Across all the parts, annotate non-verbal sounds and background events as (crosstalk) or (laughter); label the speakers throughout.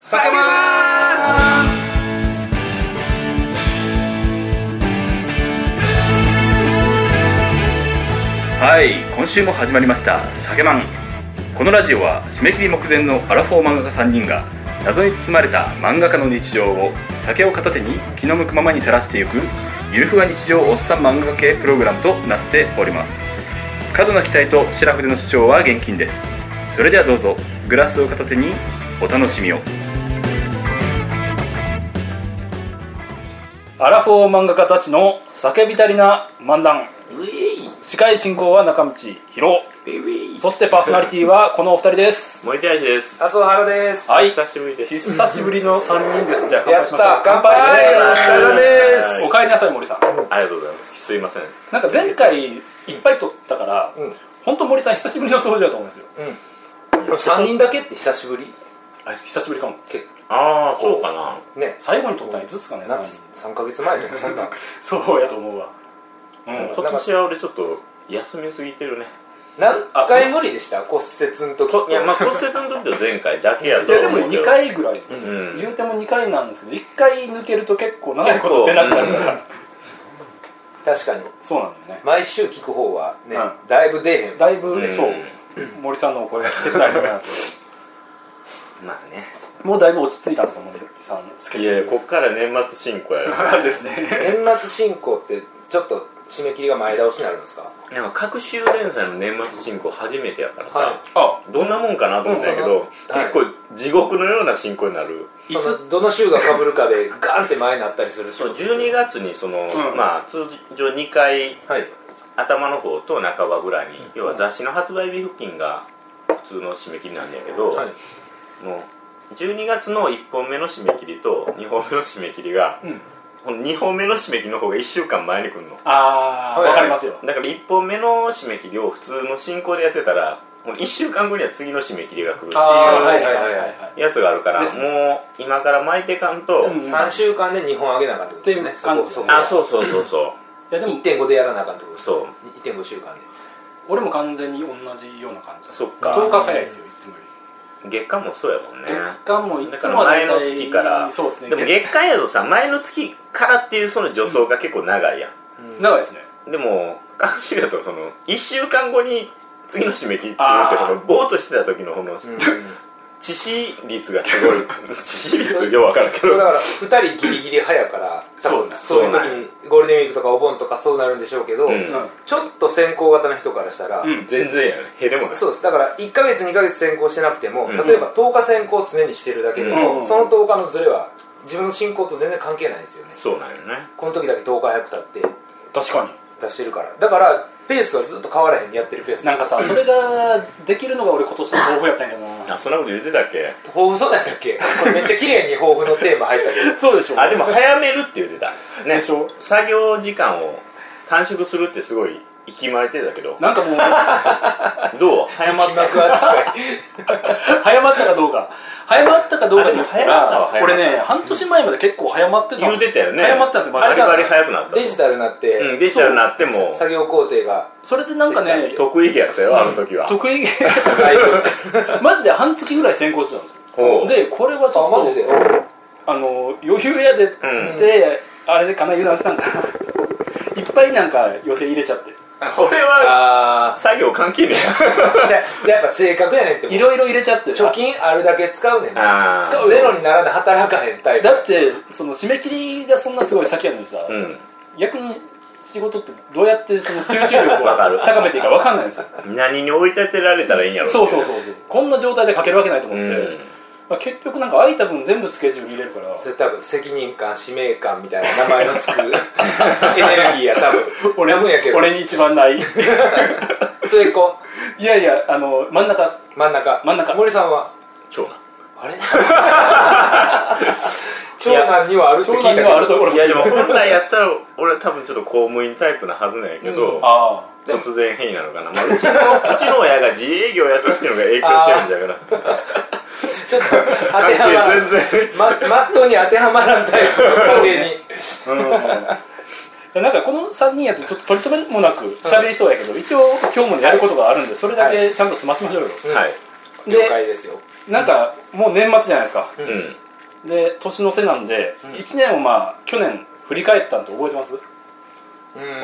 Speaker 1: 酒まー
Speaker 2: はい今週も始まりました「酒マン」このラジオは締め切り目前のアラフォー漫画家3人が謎に包まれた漫画家の日常を酒を片手に気の向くままにさらしていくゆるふわ日常おっさん漫画家系プログラムとなっております過度な期待と白筆の主張は厳禁ですそれではどうぞグラスを片手にお楽しみをアラフォー漫画家たちの叫びたりな漫談
Speaker 1: ウィー
Speaker 2: 司会進行は中道博
Speaker 1: ウィーウィー
Speaker 2: そしてパーソナリティはこのお二人です。
Speaker 3: 森田愛です。
Speaker 1: 麻生春です
Speaker 2: はい、
Speaker 3: 久しぶりです。
Speaker 2: 久しぶりの三人です。じゃあ乾
Speaker 1: や
Speaker 2: 杯
Speaker 1: っ
Speaker 2: したましょう。
Speaker 1: 乾杯
Speaker 3: 乾杯
Speaker 2: おかえりなさい森さん。
Speaker 3: ありがとうございます。すいません。
Speaker 2: なんか前回いっぱい取ったから、
Speaker 1: ん
Speaker 2: 本当森さん久しぶりの登場だと思うんですよ。
Speaker 1: です3人だけって久しぶり
Speaker 2: あ久しぶりかも。
Speaker 1: 結
Speaker 3: ああ、そうかな。
Speaker 1: ね
Speaker 2: 最後に取ったのいつですかね。三
Speaker 1: 夏
Speaker 2: 人
Speaker 1: 3ヶ月前とかそんな
Speaker 2: そうやと思うわ。うん。
Speaker 3: 今年は俺ちょっと休みすぎてるね。
Speaker 1: 何回無理でした骨折の時
Speaker 3: こいや、まあ骨折の時と前回だけやと
Speaker 2: いや
Speaker 3: は
Speaker 2: で
Speaker 3: 思
Speaker 2: も
Speaker 3: うけど
Speaker 2: 二回ぐらいです、
Speaker 3: うん
Speaker 2: 言うても二回なんですけど、一回抜けると結構長いこと出なくなるから。
Speaker 1: 確かに
Speaker 2: そうなんだよね。
Speaker 1: 毎週聞く方はね
Speaker 2: うん
Speaker 1: だいぶ出えへん
Speaker 2: だいぶ、
Speaker 3: うん
Speaker 2: そう森さんのお声が聞けてないのかなと。
Speaker 3: まあね。
Speaker 2: もうだいぶ落ち着いたんですか、森さん、スケ
Speaker 3: い
Speaker 2: ジュ
Speaker 3: や、
Speaker 2: ール。
Speaker 3: こっから年末進行やる。
Speaker 2: です
Speaker 1: (laughs)
Speaker 2: ね。
Speaker 1: 年末進行ってちょっと締め切りが前倒しになるんですか
Speaker 3: なんか各週連載の年末進行初めてやからさ、
Speaker 1: は
Speaker 2: あ、
Speaker 3: どんなもんかなと思ったんやけ
Speaker 1: うん
Speaker 3: ど、
Speaker 1: その
Speaker 3: 結構地獄のような進行になる。
Speaker 1: いつどの週が被るかでガンって前になったりする
Speaker 3: そう12月にその、
Speaker 2: ん
Speaker 3: まあ通常2回
Speaker 1: はい
Speaker 3: 頭の方と半ばぐらいに、要は雑誌の発売日付近が普通の締め切りなんだけど、
Speaker 1: はい
Speaker 3: もう12月の1本目の締め切りと2本目の締め切りが、
Speaker 2: うん。
Speaker 3: この2本目の締め切りの方が1週間前に来るの
Speaker 2: あー、
Speaker 1: はい
Speaker 2: わかりますよ。
Speaker 3: だから1本目の締め切りを普通の進行でやってたらこの1週間後には次の締め切りが来るって
Speaker 1: あー
Speaker 3: い
Speaker 1: はいはいはいはい
Speaker 3: いうやつがあるから
Speaker 2: です
Speaker 3: もう今から巻いてかんと、
Speaker 2: うん
Speaker 1: 3週間で2本上げなあかんってことですね
Speaker 2: っていう感じ
Speaker 1: そこそこ
Speaker 3: あそうそうそうそ
Speaker 2: いや、でも、
Speaker 1: 1.5でやらなあかんってこと
Speaker 3: うそう
Speaker 1: ですね1.5週間で
Speaker 2: 俺も完全に同じような感じ。
Speaker 3: そっか
Speaker 2: 10日早いですよ、いつもよ
Speaker 3: 月間もそうやもんね
Speaker 2: り。月間もい
Speaker 3: だ
Speaker 2: つ
Speaker 3: か
Speaker 2: も
Speaker 3: ら
Speaker 2: は
Speaker 3: 前
Speaker 2: 大体
Speaker 3: の月から
Speaker 2: そうですね。
Speaker 3: でも月間やとさ前の月からっていうその助走が結構長いやん、
Speaker 2: 長いですね。
Speaker 3: でも各週やとその1週間後に次の締め切りってな
Speaker 2: あ
Speaker 3: っ
Speaker 2: ー
Speaker 3: てこのぼーっとしてた時のこの致死率がすごい (laughs) 致死率よう分からんけ
Speaker 1: これだ
Speaker 3: ど
Speaker 1: から2人ギリギリ早から
Speaker 2: そう
Speaker 1: 多分そういう時
Speaker 3: そうなん
Speaker 1: にゴールデンウィークとかお盆とかそうなるんでしょうけど、
Speaker 3: うん
Speaker 2: うん。
Speaker 1: ちょっと先行型の人からしたら、
Speaker 2: うん。
Speaker 3: 全然やねへでもない
Speaker 1: そうですだから1ヶ月2ヶ月先行してなくても、
Speaker 3: うん
Speaker 1: 例えば10日先行常にしてるだけでも、
Speaker 2: うん
Speaker 1: その10日のズレは自分の進行と全然関係ないんですよね
Speaker 3: そうなんよね
Speaker 1: この時だけ10日早く経って
Speaker 2: 確か
Speaker 1: 出してるからだからペースはずっと変わらへんやってるペース
Speaker 2: なんかさ、それができるのが俺今年の抱負やったんやけど
Speaker 3: あ
Speaker 2: な。
Speaker 3: そんなこと言ってたっけ
Speaker 1: 抱負そうなんだっけこれめっちゃ綺麗に抱負のテーマ入ったけ
Speaker 2: (laughs)
Speaker 1: ど
Speaker 2: そうでしょ
Speaker 3: (laughs) あでも早めるって言ってたね
Speaker 2: でしょ
Speaker 3: 作業時間を短縮するってすごい息巻いてたけど
Speaker 2: なんかもう、早
Speaker 3: どう早ま
Speaker 1: (laughs)
Speaker 3: っ
Speaker 1: 気まぐれ扱い
Speaker 2: まったかどうか。早まったかどうかで言った
Speaker 3: あでも早まったわ
Speaker 2: ら、
Speaker 3: 早ま
Speaker 2: 俺
Speaker 3: った
Speaker 2: ね、半年前まで結構早まってたの
Speaker 3: 言うてたよね
Speaker 2: 早まったんですよ、
Speaker 3: バリバリ早くな (laughs) った
Speaker 1: デジタルになって、
Speaker 3: うんデジタルになっても
Speaker 1: 作業工程が
Speaker 2: それでなんか
Speaker 3: (laughs)
Speaker 2: ね、
Speaker 3: 得意気やったよあの時は
Speaker 2: 得意げ
Speaker 1: だいぶ
Speaker 2: マジで半月ぐらい先行してたんです
Speaker 3: ほ
Speaker 2: よ
Speaker 3: う
Speaker 2: でこれはちょ
Speaker 1: あ
Speaker 2: っと
Speaker 1: マジで
Speaker 2: あの余裕やで、
Speaker 3: ん
Speaker 2: であれでかな油断したんか
Speaker 3: (laughs)
Speaker 2: ないっぱいなんか予定入れちゃって
Speaker 3: (laughs) 俺は
Speaker 1: あ
Speaker 3: 作業関係ね
Speaker 1: あじゃあやっぱ正確やねんって
Speaker 2: いろいろ入れちゃって
Speaker 1: 貯金あるだけ使うねん
Speaker 3: えあー
Speaker 2: 使う
Speaker 1: ゼロにならない働かへんタイプ
Speaker 2: だってその締め切りがそんなすごい先やのにさ、
Speaker 3: うん
Speaker 2: 逆に仕事ってどうやってその集中力を
Speaker 3: (laughs) わかる
Speaker 2: 高めていいか分かんないんですよ
Speaker 3: 何に追い立てられたらいいんやろ
Speaker 2: そうそうそううそうこんな状態で書けるわけないと思って、
Speaker 3: うん
Speaker 2: まあ、結局なんか空いた分全部スケジュール入れるから
Speaker 1: それ多分責任感使命感みたいな名前
Speaker 2: (laughs)
Speaker 1: のつくエネルギーや多分
Speaker 2: 俺
Speaker 1: 多分やけど
Speaker 2: 俺に一番
Speaker 1: (laughs)
Speaker 2: ない
Speaker 1: それこ
Speaker 2: いやいやあの真ん中
Speaker 1: う真ん中
Speaker 2: 真ん中
Speaker 1: 森さんは
Speaker 3: 長男
Speaker 1: あれ
Speaker 2: (laughs)
Speaker 1: 長男にはあるって
Speaker 2: 長
Speaker 1: 聞い
Speaker 2: 男
Speaker 1: た
Speaker 2: に
Speaker 1: け
Speaker 2: はある
Speaker 1: ど
Speaker 2: ところ
Speaker 3: いやでも本来やったら俺は多分ちょっと公務員タイプなはずなんやけど、
Speaker 2: あ
Speaker 3: 突然変異なのかな、まあ、うちの (laughs) うちの親が自営業やったっていうのが影響してるんだから
Speaker 1: ちょっと当てはま
Speaker 3: 関
Speaker 1: らん
Speaker 3: 係全然
Speaker 1: ままっとうに当てはまらんタイプそれに
Speaker 2: あうんでなんかこの3人やとちょっと取り留めもなく喋りそうやけど、一応今日もやることがあるんでそれだけちゃんと済ましましょうよ、
Speaker 1: うん
Speaker 3: はい
Speaker 2: で
Speaker 1: 了解ですよ
Speaker 2: なんかもう年末じゃないですか
Speaker 3: うん、
Speaker 2: で年の瀬なんで、
Speaker 1: うん
Speaker 2: 1年をまあ去年振り返ったんと覚えてます、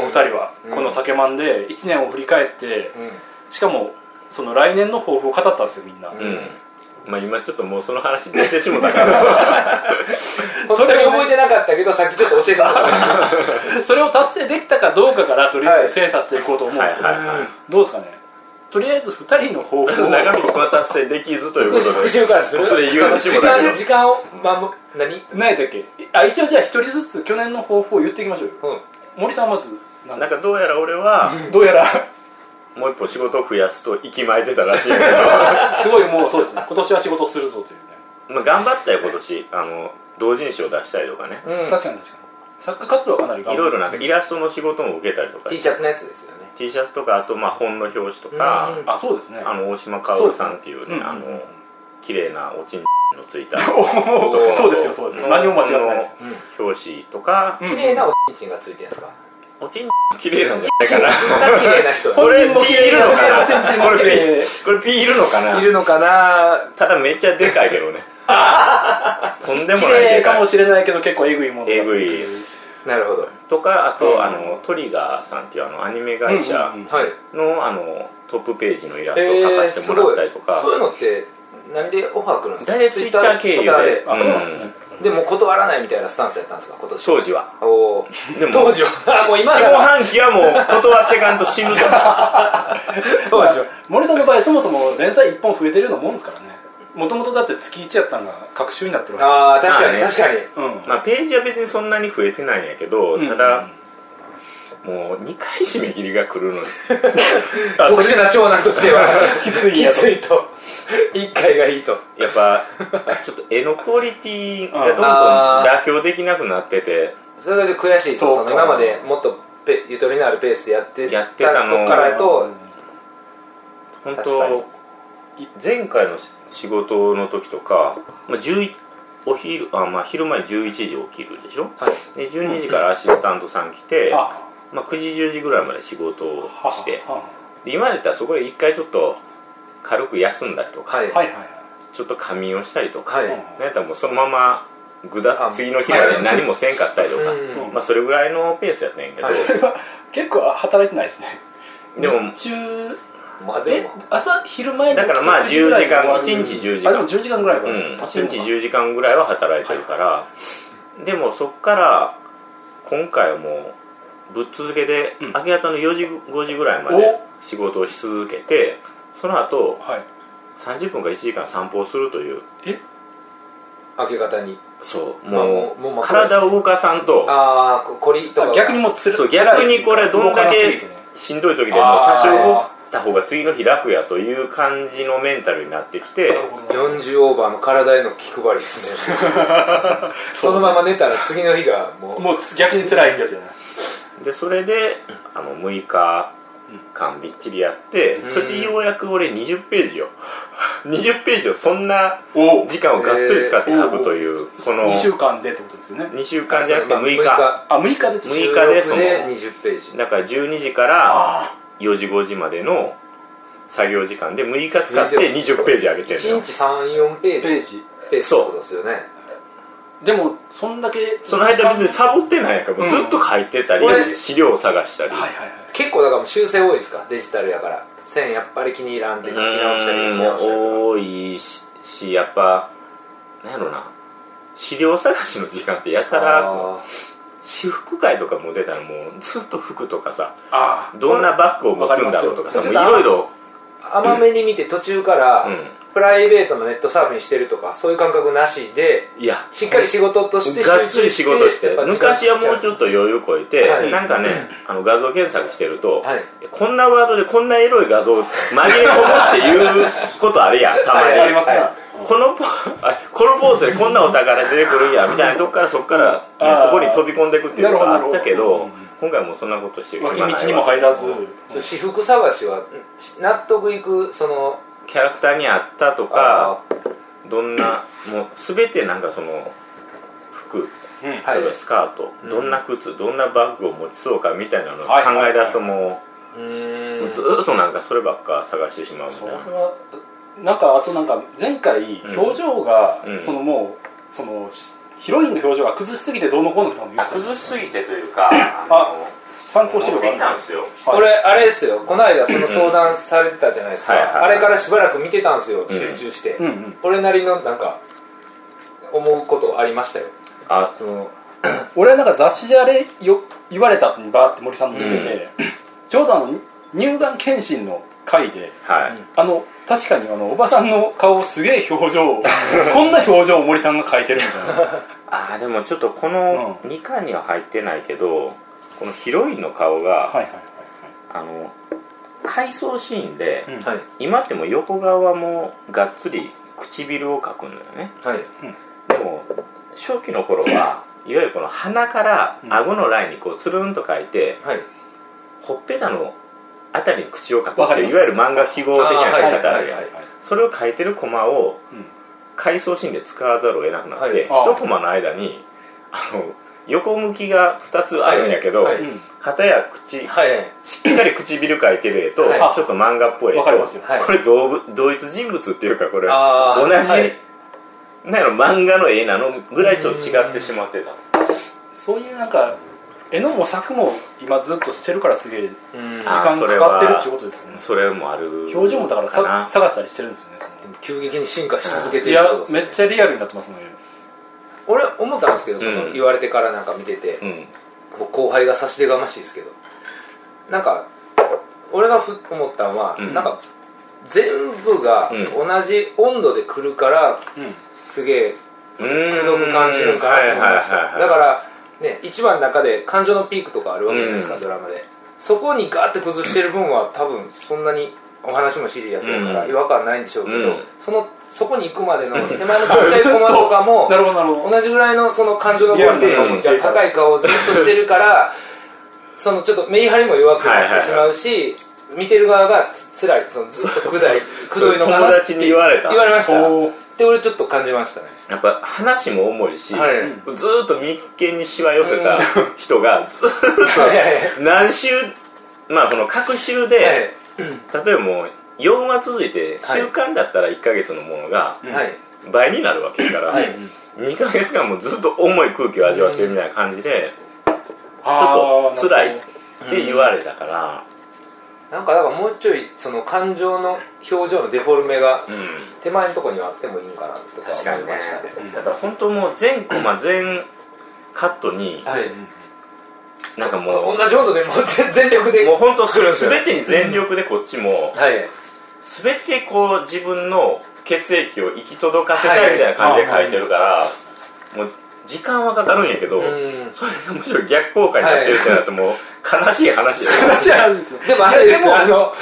Speaker 2: お二人は、
Speaker 1: うん
Speaker 2: この「酒マン」で1年を振り返ってしかもその来年の抱負を語ったんですよみんな、
Speaker 1: う
Speaker 3: うんまあ今ちょっともうその話出てしもたから
Speaker 1: 本当に覚えてなかったけどさっきちょっと教えてもらっ
Speaker 2: (laughs)
Speaker 1: た
Speaker 2: それを達成できたかどうかからとりあえず精査していこうと思うんですけど、
Speaker 3: はいはいはい
Speaker 2: どうですかねとりあえず2人の抱負を
Speaker 3: 長道ま達成できずということ
Speaker 1: 復
Speaker 3: で
Speaker 1: 習からする
Speaker 3: それ言うてしもたけど
Speaker 1: 時間を守何
Speaker 2: (laughs) 何やったっけあ一応じゃあ1人ずつ去年の抱負を言っていきましょうよ
Speaker 1: うん
Speaker 2: 森さんはまずなん
Speaker 3: なんかどうやら俺は
Speaker 2: どうやら (laughs)
Speaker 3: もう一歩仕事を増やすと息巻いてたらしいけど
Speaker 2: すごいもうそうですね今年は仕事をするぞというね
Speaker 3: まあ頑張ったよ今年あの同人誌を出したりとかね
Speaker 1: うん
Speaker 2: 確かに確かに作家活動はかなり
Speaker 3: いろいろなんかイラストの仕事も受けたりとか
Speaker 1: T シャツのやつですよね
Speaker 3: T シャツとかあとまあ本の表紙とか
Speaker 1: うん
Speaker 2: あそうですね
Speaker 3: あの大島かおるさんっていう
Speaker 2: そうですね
Speaker 3: ね
Speaker 2: うん
Speaker 3: あの綺麗なおちんのついた
Speaker 2: おー (laughs) そうですよそうですよ何も間違ってないです
Speaker 1: うん
Speaker 3: 表紙とか
Speaker 2: うん
Speaker 1: 綺麗なおちんちんがついてるんですか
Speaker 3: おちん綺麗なんじゃないかな
Speaker 1: 綺麗な人
Speaker 3: これ
Speaker 2: 本人も綺麗
Speaker 3: いるのかな
Speaker 2: おちんちんも綺
Speaker 3: こ
Speaker 2: 麗
Speaker 3: れこれ P いるのかない
Speaker 1: るのかな
Speaker 3: ただめっちゃでかいけどねとんでも
Speaker 2: 綺
Speaker 3: ない
Speaker 2: 麗
Speaker 3: で
Speaker 2: か
Speaker 3: か
Speaker 2: も
Speaker 3: い
Speaker 2: しれないけど結構えぐいものがついてる
Speaker 3: えぐ
Speaker 1: なるほど
Speaker 3: とかあ
Speaker 1: うん
Speaker 3: とあのトリガーさんっていうあのアニメ会社
Speaker 2: うんうんうん
Speaker 1: はい
Speaker 3: のあのトップページのイラストを
Speaker 1: え
Speaker 3: 描か
Speaker 1: ー
Speaker 3: せて
Speaker 1: す
Speaker 3: もらっ
Speaker 1: ご
Speaker 3: たり
Speaker 1: い
Speaker 3: とか、
Speaker 1: そういうのって何でオファー来るんですか
Speaker 3: 大体ツイッター経由で
Speaker 1: Twitter で
Speaker 2: あそうなんですね
Speaker 1: でも断らないみたいなスタンスやったんですか今年
Speaker 3: 当時は
Speaker 1: おお
Speaker 3: でも
Speaker 1: 当時はあもう今
Speaker 3: 下
Speaker 1: だな
Speaker 3: 半期はもう断ってかんと死ぬと
Speaker 1: (laughs) 当時は
Speaker 2: 森さんの場合そもそも連載1本増えてるようなもんですからねもともとだって月1やったのが隔週になってるわ
Speaker 1: ああ確かに
Speaker 3: まあね
Speaker 1: 確かに
Speaker 2: けうん
Speaker 3: まあページは別にそんなに増えてないんやけど、
Speaker 2: うん
Speaker 3: ただもう2回締め切りが来るのにあそ
Speaker 1: 特
Speaker 3: れ
Speaker 1: 殊な長男としては
Speaker 2: きつ (laughs) い
Speaker 1: き
Speaker 2: やと
Speaker 1: ついと一回がいいと
Speaker 3: やっ
Speaker 1: (laughs)
Speaker 3: ぱちょっと絵のクオリティがどんどん
Speaker 1: あー
Speaker 3: 妥協できなくなってて
Speaker 1: それが悔しいと
Speaker 2: そうか
Speaker 1: その今までもっとペゆとりのあるペースでやって
Speaker 3: やってたの
Speaker 1: とこからやと
Speaker 3: 本
Speaker 1: 確かに
Speaker 3: 当前回の仕事の時とか、まあ、11お昼あ、まあ、昼前11時起きるでしょ
Speaker 1: はい
Speaker 3: で12時からアシスタントさん来て、
Speaker 2: あ
Speaker 3: まあ、9時10時ぐらいまで仕事を
Speaker 2: は
Speaker 3: して
Speaker 2: は
Speaker 3: で今だったらそこで一回ちょっと軽く休んだりとか、
Speaker 1: はい
Speaker 2: はいはいはい (laughs)
Speaker 3: ちょっと仮眠をしたりとか、
Speaker 1: はい
Speaker 2: うん
Speaker 3: なんやったらもうそのままぐだっ
Speaker 1: あ
Speaker 3: と次の日まで何もせんかったりとか、
Speaker 2: (laughs)
Speaker 1: うん
Speaker 3: まあ、それぐらいのペースやったんやけど、
Speaker 1: はい
Speaker 2: それは結構働いてないですね
Speaker 3: でも
Speaker 2: 中
Speaker 1: まあで
Speaker 2: え
Speaker 1: も
Speaker 2: 朝昼前の
Speaker 3: だからまあ
Speaker 2: 9ぐらいに終わる
Speaker 3: 10時間1日10時間
Speaker 2: あでも10時間ぐらいか
Speaker 3: う
Speaker 2: ら
Speaker 3: ん、
Speaker 2: 経ってん
Speaker 3: 1
Speaker 2: のか
Speaker 3: 日10時間ぐらいは働いてるから、でもそっから今回はもうぶっ続けで、
Speaker 2: うん
Speaker 3: 明け方の4時5時ぐらいまで仕事をし続けてその後
Speaker 2: はい
Speaker 3: 30分か1時間散歩をするという
Speaker 1: 明け方に
Speaker 3: そう
Speaker 1: まあ
Speaker 3: も
Speaker 1: もう
Speaker 3: う,、
Speaker 1: もうまあ
Speaker 3: 体を動かさんと
Speaker 1: ああこりとかが
Speaker 2: 逆にもうつる
Speaker 3: そう逆にこれどんだけ (laughs) しんどい時でも
Speaker 1: あー
Speaker 3: 多少動いた方が次の日楽やという感じのメンタルになってきて
Speaker 1: 40オーバーの体への気配りです
Speaker 3: (laughs)
Speaker 1: ねそのまま寝たら次の日がもう
Speaker 2: もうつ逆に辛いやつじゃない
Speaker 3: でそれであの6日間びっちりやって、
Speaker 1: ん
Speaker 3: それでようやく俺20ページを (laughs) 20ページをそんな
Speaker 2: お
Speaker 3: 時間をがっつり使って書くという、この
Speaker 2: 2週間でってことですよね
Speaker 3: 2週間じゃなくて
Speaker 1: まあ
Speaker 3: 6日
Speaker 2: あ6日でって
Speaker 3: 6日で
Speaker 1: 収
Speaker 3: そ
Speaker 1: 録
Speaker 3: の
Speaker 1: で20ページ
Speaker 3: だから12時から
Speaker 2: あ
Speaker 3: 4時5時までの作業時間で6日使って20ページ上げてるの
Speaker 1: 1
Speaker 3: よ
Speaker 1: 日34ペー
Speaker 2: あ
Speaker 1: ジ
Speaker 2: ページ
Speaker 1: ペースってことですよね
Speaker 2: でもそんだけ
Speaker 3: その間別にサボってないやんかもうずっと書いてたり、
Speaker 1: うん
Speaker 3: 資料を探したり、
Speaker 2: はいはいはい
Speaker 1: 結構だからもう修正多いんですかデジタルやから線やっぱり気に入らんって書き直したり
Speaker 3: う
Speaker 1: 書
Speaker 3: ん
Speaker 1: き直したりとか
Speaker 3: 多いししやっぱなんやろな資料探しの時間ってやたらこう
Speaker 1: あ
Speaker 3: 私服会とかも出たらもうずっと服とかさ
Speaker 2: ああ
Speaker 3: どんなバッグを持つんだろうとかさ
Speaker 1: わか
Speaker 3: もうい
Speaker 1: ります
Speaker 3: ろいろ
Speaker 1: ー甘めに見て途中から
Speaker 3: うん
Speaker 1: プライベートのネットサーフィンしてるとかそういう感覚なしで
Speaker 3: いや
Speaker 1: しっかり仕事として
Speaker 3: がっつり仕事して
Speaker 1: やっぱ時間
Speaker 3: 昔はもうちょっと余裕こいて、
Speaker 1: はい
Speaker 3: なんかねあの画像検索してると、
Speaker 1: はい
Speaker 3: こんなワードでこんなエロい画像紛れ込むっていうことあるやんたまに、
Speaker 2: はいありますね
Speaker 1: は
Speaker 3: このポ (laughs) あこのポーズでこんなお宝出てくるんやみたいなとこからそこからね、
Speaker 2: あー
Speaker 3: そこに飛び込んでくっていうのがあったけ
Speaker 2: なるほど
Speaker 3: ど
Speaker 2: なる
Speaker 3: 今回もうそんなことしてる
Speaker 2: 脇
Speaker 3: 暇ないわ
Speaker 2: 道にも入らず
Speaker 1: 私服探しは納得いくその
Speaker 3: キャラクターに合ったと
Speaker 1: あ
Speaker 3: かどんなもう全てなんかその服
Speaker 2: うん
Speaker 1: はい
Speaker 3: 例えばスカート、
Speaker 1: うん
Speaker 3: どんな靴どんなバッグを持ちそうかみたいなのを考
Speaker 2: はいはいはい
Speaker 3: え出すとも
Speaker 1: ーう
Speaker 3: う,、
Speaker 1: ーん
Speaker 3: ずーっとなんかそればっか探してしまうみた
Speaker 2: そ
Speaker 3: い
Speaker 2: れ
Speaker 3: な
Speaker 2: はなんかあとなんか前回
Speaker 3: うん
Speaker 2: 表情が、
Speaker 3: うん
Speaker 2: そのもうそのしヒロインの表情が崩しすぎてどうのこうのとかも言
Speaker 3: あ
Speaker 2: ってた
Speaker 3: 崩しすぎてというか
Speaker 2: あ参考資料
Speaker 3: 持っ
Speaker 2: があ
Speaker 3: て
Speaker 2: るん
Speaker 3: き
Speaker 2: です
Speaker 3: たん
Speaker 2: よ
Speaker 3: ですよ
Speaker 1: これあれですよこの間その相談されてたじゃないですか、
Speaker 3: はいはいはい
Speaker 1: あれからしばらく見てたんですよ
Speaker 3: うん
Speaker 1: 集中して、
Speaker 2: うんうん、
Speaker 1: 俺なりのなんか思うことありましたよ
Speaker 3: あ
Speaker 1: その
Speaker 2: 俺はなんか雑誌であれよ言われた後にバーって森さんの見てて、ちょうどあの乳がん検診の回で
Speaker 3: はい、
Speaker 2: あの確かにあのおばさんの顔すげえ表
Speaker 1: (laughs)
Speaker 2: 情こんな表情を森さんが描いてるみたいな
Speaker 3: ああでもちょっとこの2巻には入ってないけどこのヒロインの顔が、
Speaker 2: はいはいは
Speaker 3: あの回想シーンで、
Speaker 2: いはい、うん
Speaker 1: はい
Speaker 3: 今ってもう横側もがっつり唇を描くんだよね
Speaker 1: はい
Speaker 3: でも初期の
Speaker 1: (coughs)
Speaker 3: 頃はいわゆるこの鼻から
Speaker 2: うん
Speaker 3: 顎のラインにこうつるんと描いて、
Speaker 1: はい
Speaker 3: ほっぺたのあたりに口を描く
Speaker 2: わ
Speaker 3: っ
Speaker 2: か
Speaker 3: て
Speaker 2: りま
Speaker 3: いう
Speaker 2: す
Speaker 3: いわゆる漫画記号的な
Speaker 1: は
Speaker 3: 描
Speaker 1: い
Speaker 3: き方あ
Speaker 1: は
Speaker 3: る
Speaker 1: い
Speaker 3: やん
Speaker 1: はい
Speaker 3: それを描いてるコマを
Speaker 2: うん
Speaker 3: 回想シーンで使わざるを得なくなって、
Speaker 2: はい
Speaker 3: 一コマの間にあの横向きが2つあるんやけど、
Speaker 1: はいはい
Speaker 2: うん
Speaker 3: 片や口
Speaker 1: はいはい
Speaker 3: しっかり唇描いてる絵と、
Speaker 1: はい
Speaker 3: ちょっと漫画っぽい絵
Speaker 2: わ
Speaker 3: と
Speaker 2: かりますよ
Speaker 1: はい
Speaker 3: これ同部同一人物っていうかこれ
Speaker 1: あ
Speaker 3: 同
Speaker 1: ー
Speaker 3: じ、
Speaker 1: はい
Speaker 3: なんやろ漫画の絵なのぐらいちょっと違ってしまってた
Speaker 2: そういうなんか絵の模索も今ずっとしてるからすげえ時
Speaker 1: うん
Speaker 3: あ
Speaker 2: 間かかってるっていうことですよね
Speaker 3: それもある
Speaker 2: 表情もだから
Speaker 3: か
Speaker 2: さ
Speaker 3: な
Speaker 2: 探したりしてるんですよねその
Speaker 1: 急激に進化し続け
Speaker 2: い
Speaker 1: ている
Speaker 2: や
Speaker 1: ってことですね
Speaker 2: めっちゃリアルになってますもんね
Speaker 1: 俺思ったんですけどその、
Speaker 3: うん
Speaker 1: 言われてからなんか見てて、
Speaker 3: うん
Speaker 1: 僕後輩が差し出がましいですけどなんか俺がふ思ったのは、
Speaker 3: うん
Speaker 1: なんか全部が
Speaker 3: うん
Speaker 1: 同じ温度で来るから、
Speaker 2: うん
Speaker 1: すげえ
Speaker 3: うーん
Speaker 1: くどく感じるんかなと思いました、
Speaker 3: はいはいはいはい
Speaker 1: だからね一番の中で感情のピークとかあるわけじゃないですか、
Speaker 3: うん
Speaker 1: ドラマでそこにガーって崩してる分は多分そんなにお話もシリアスだから
Speaker 3: うん
Speaker 1: 違和感ないんでしょうけど、
Speaker 3: うん
Speaker 1: そのそこに行くまでの手前のちっちゃいコマと
Speaker 3: (laughs)
Speaker 1: か
Speaker 2: (laughs)
Speaker 1: も
Speaker 2: なるほどなるほど
Speaker 1: 同じぐらいのその感情のボルテージが高い顔をずっとしてる (laughs) からそのちょっとメリハリも弱くなってしまうし、見てる側がつ辛いそのずっとく (laughs) だいくどいのかな
Speaker 3: 友達に言われた
Speaker 1: 言われました
Speaker 2: おー
Speaker 1: って俺ちょっと感じま (laughs) したね
Speaker 3: やっぱ話も重いし、
Speaker 1: はい
Speaker 3: ずーっと眉間にしわ寄せ (laughs) た人がずーっ
Speaker 1: はいはいはい
Speaker 3: と何週まあこの各週で、例えばもう4話続いて
Speaker 1: はい
Speaker 3: 週間だったら1ヶ月のものが
Speaker 2: うん
Speaker 1: はい
Speaker 3: 倍になるわけだから、
Speaker 1: はい
Speaker 3: 2ヶ月間もずっと重い空気を味わってるみたいな感じで、ちょ
Speaker 2: あ
Speaker 3: っ
Speaker 2: ー
Speaker 3: と辛いっ
Speaker 1: ど
Speaker 3: て言われたから、
Speaker 1: なんかだからもうちょいその感情の表情のデフォルメが
Speaker 3: うん
Speaker 1: 手前のところにはあってもいいんかなとか
Speaker 3: 確か
Speaker 1: 思い
Speaker 3: に
Speaker 1: ま
Speaker 3: ね
Speaker 1: したね
Speaker 3: だから本当もう全コマ全カットに
Speaker 1: はい
Speaker 3: なんかもう
Speaker 1: 同じことでもう全全力で
Speaker 3: もう本当
Speaker 1: 来るんですよ
Speaker 3: 全てに全力でこっちも
Speaker 1: はい
Speaker 3: 全てこう自分の血液を行き届かせたいみたいな感じで書いてるからもう時間はかかるんやけど
Speaker 1: うん
Speaker 3: それがむしろ逆効果になってるってなるともう悲しい話 (laughs) だよ
Speaker 2: 悲しい (laughs) 話ですよ
Speaker 1: でもあれです
Speaker 2: い
Speaker 1: よ、
Speaker 2: や
Speaker 1: あ
Speaker 2: でも
Speaker 1: の、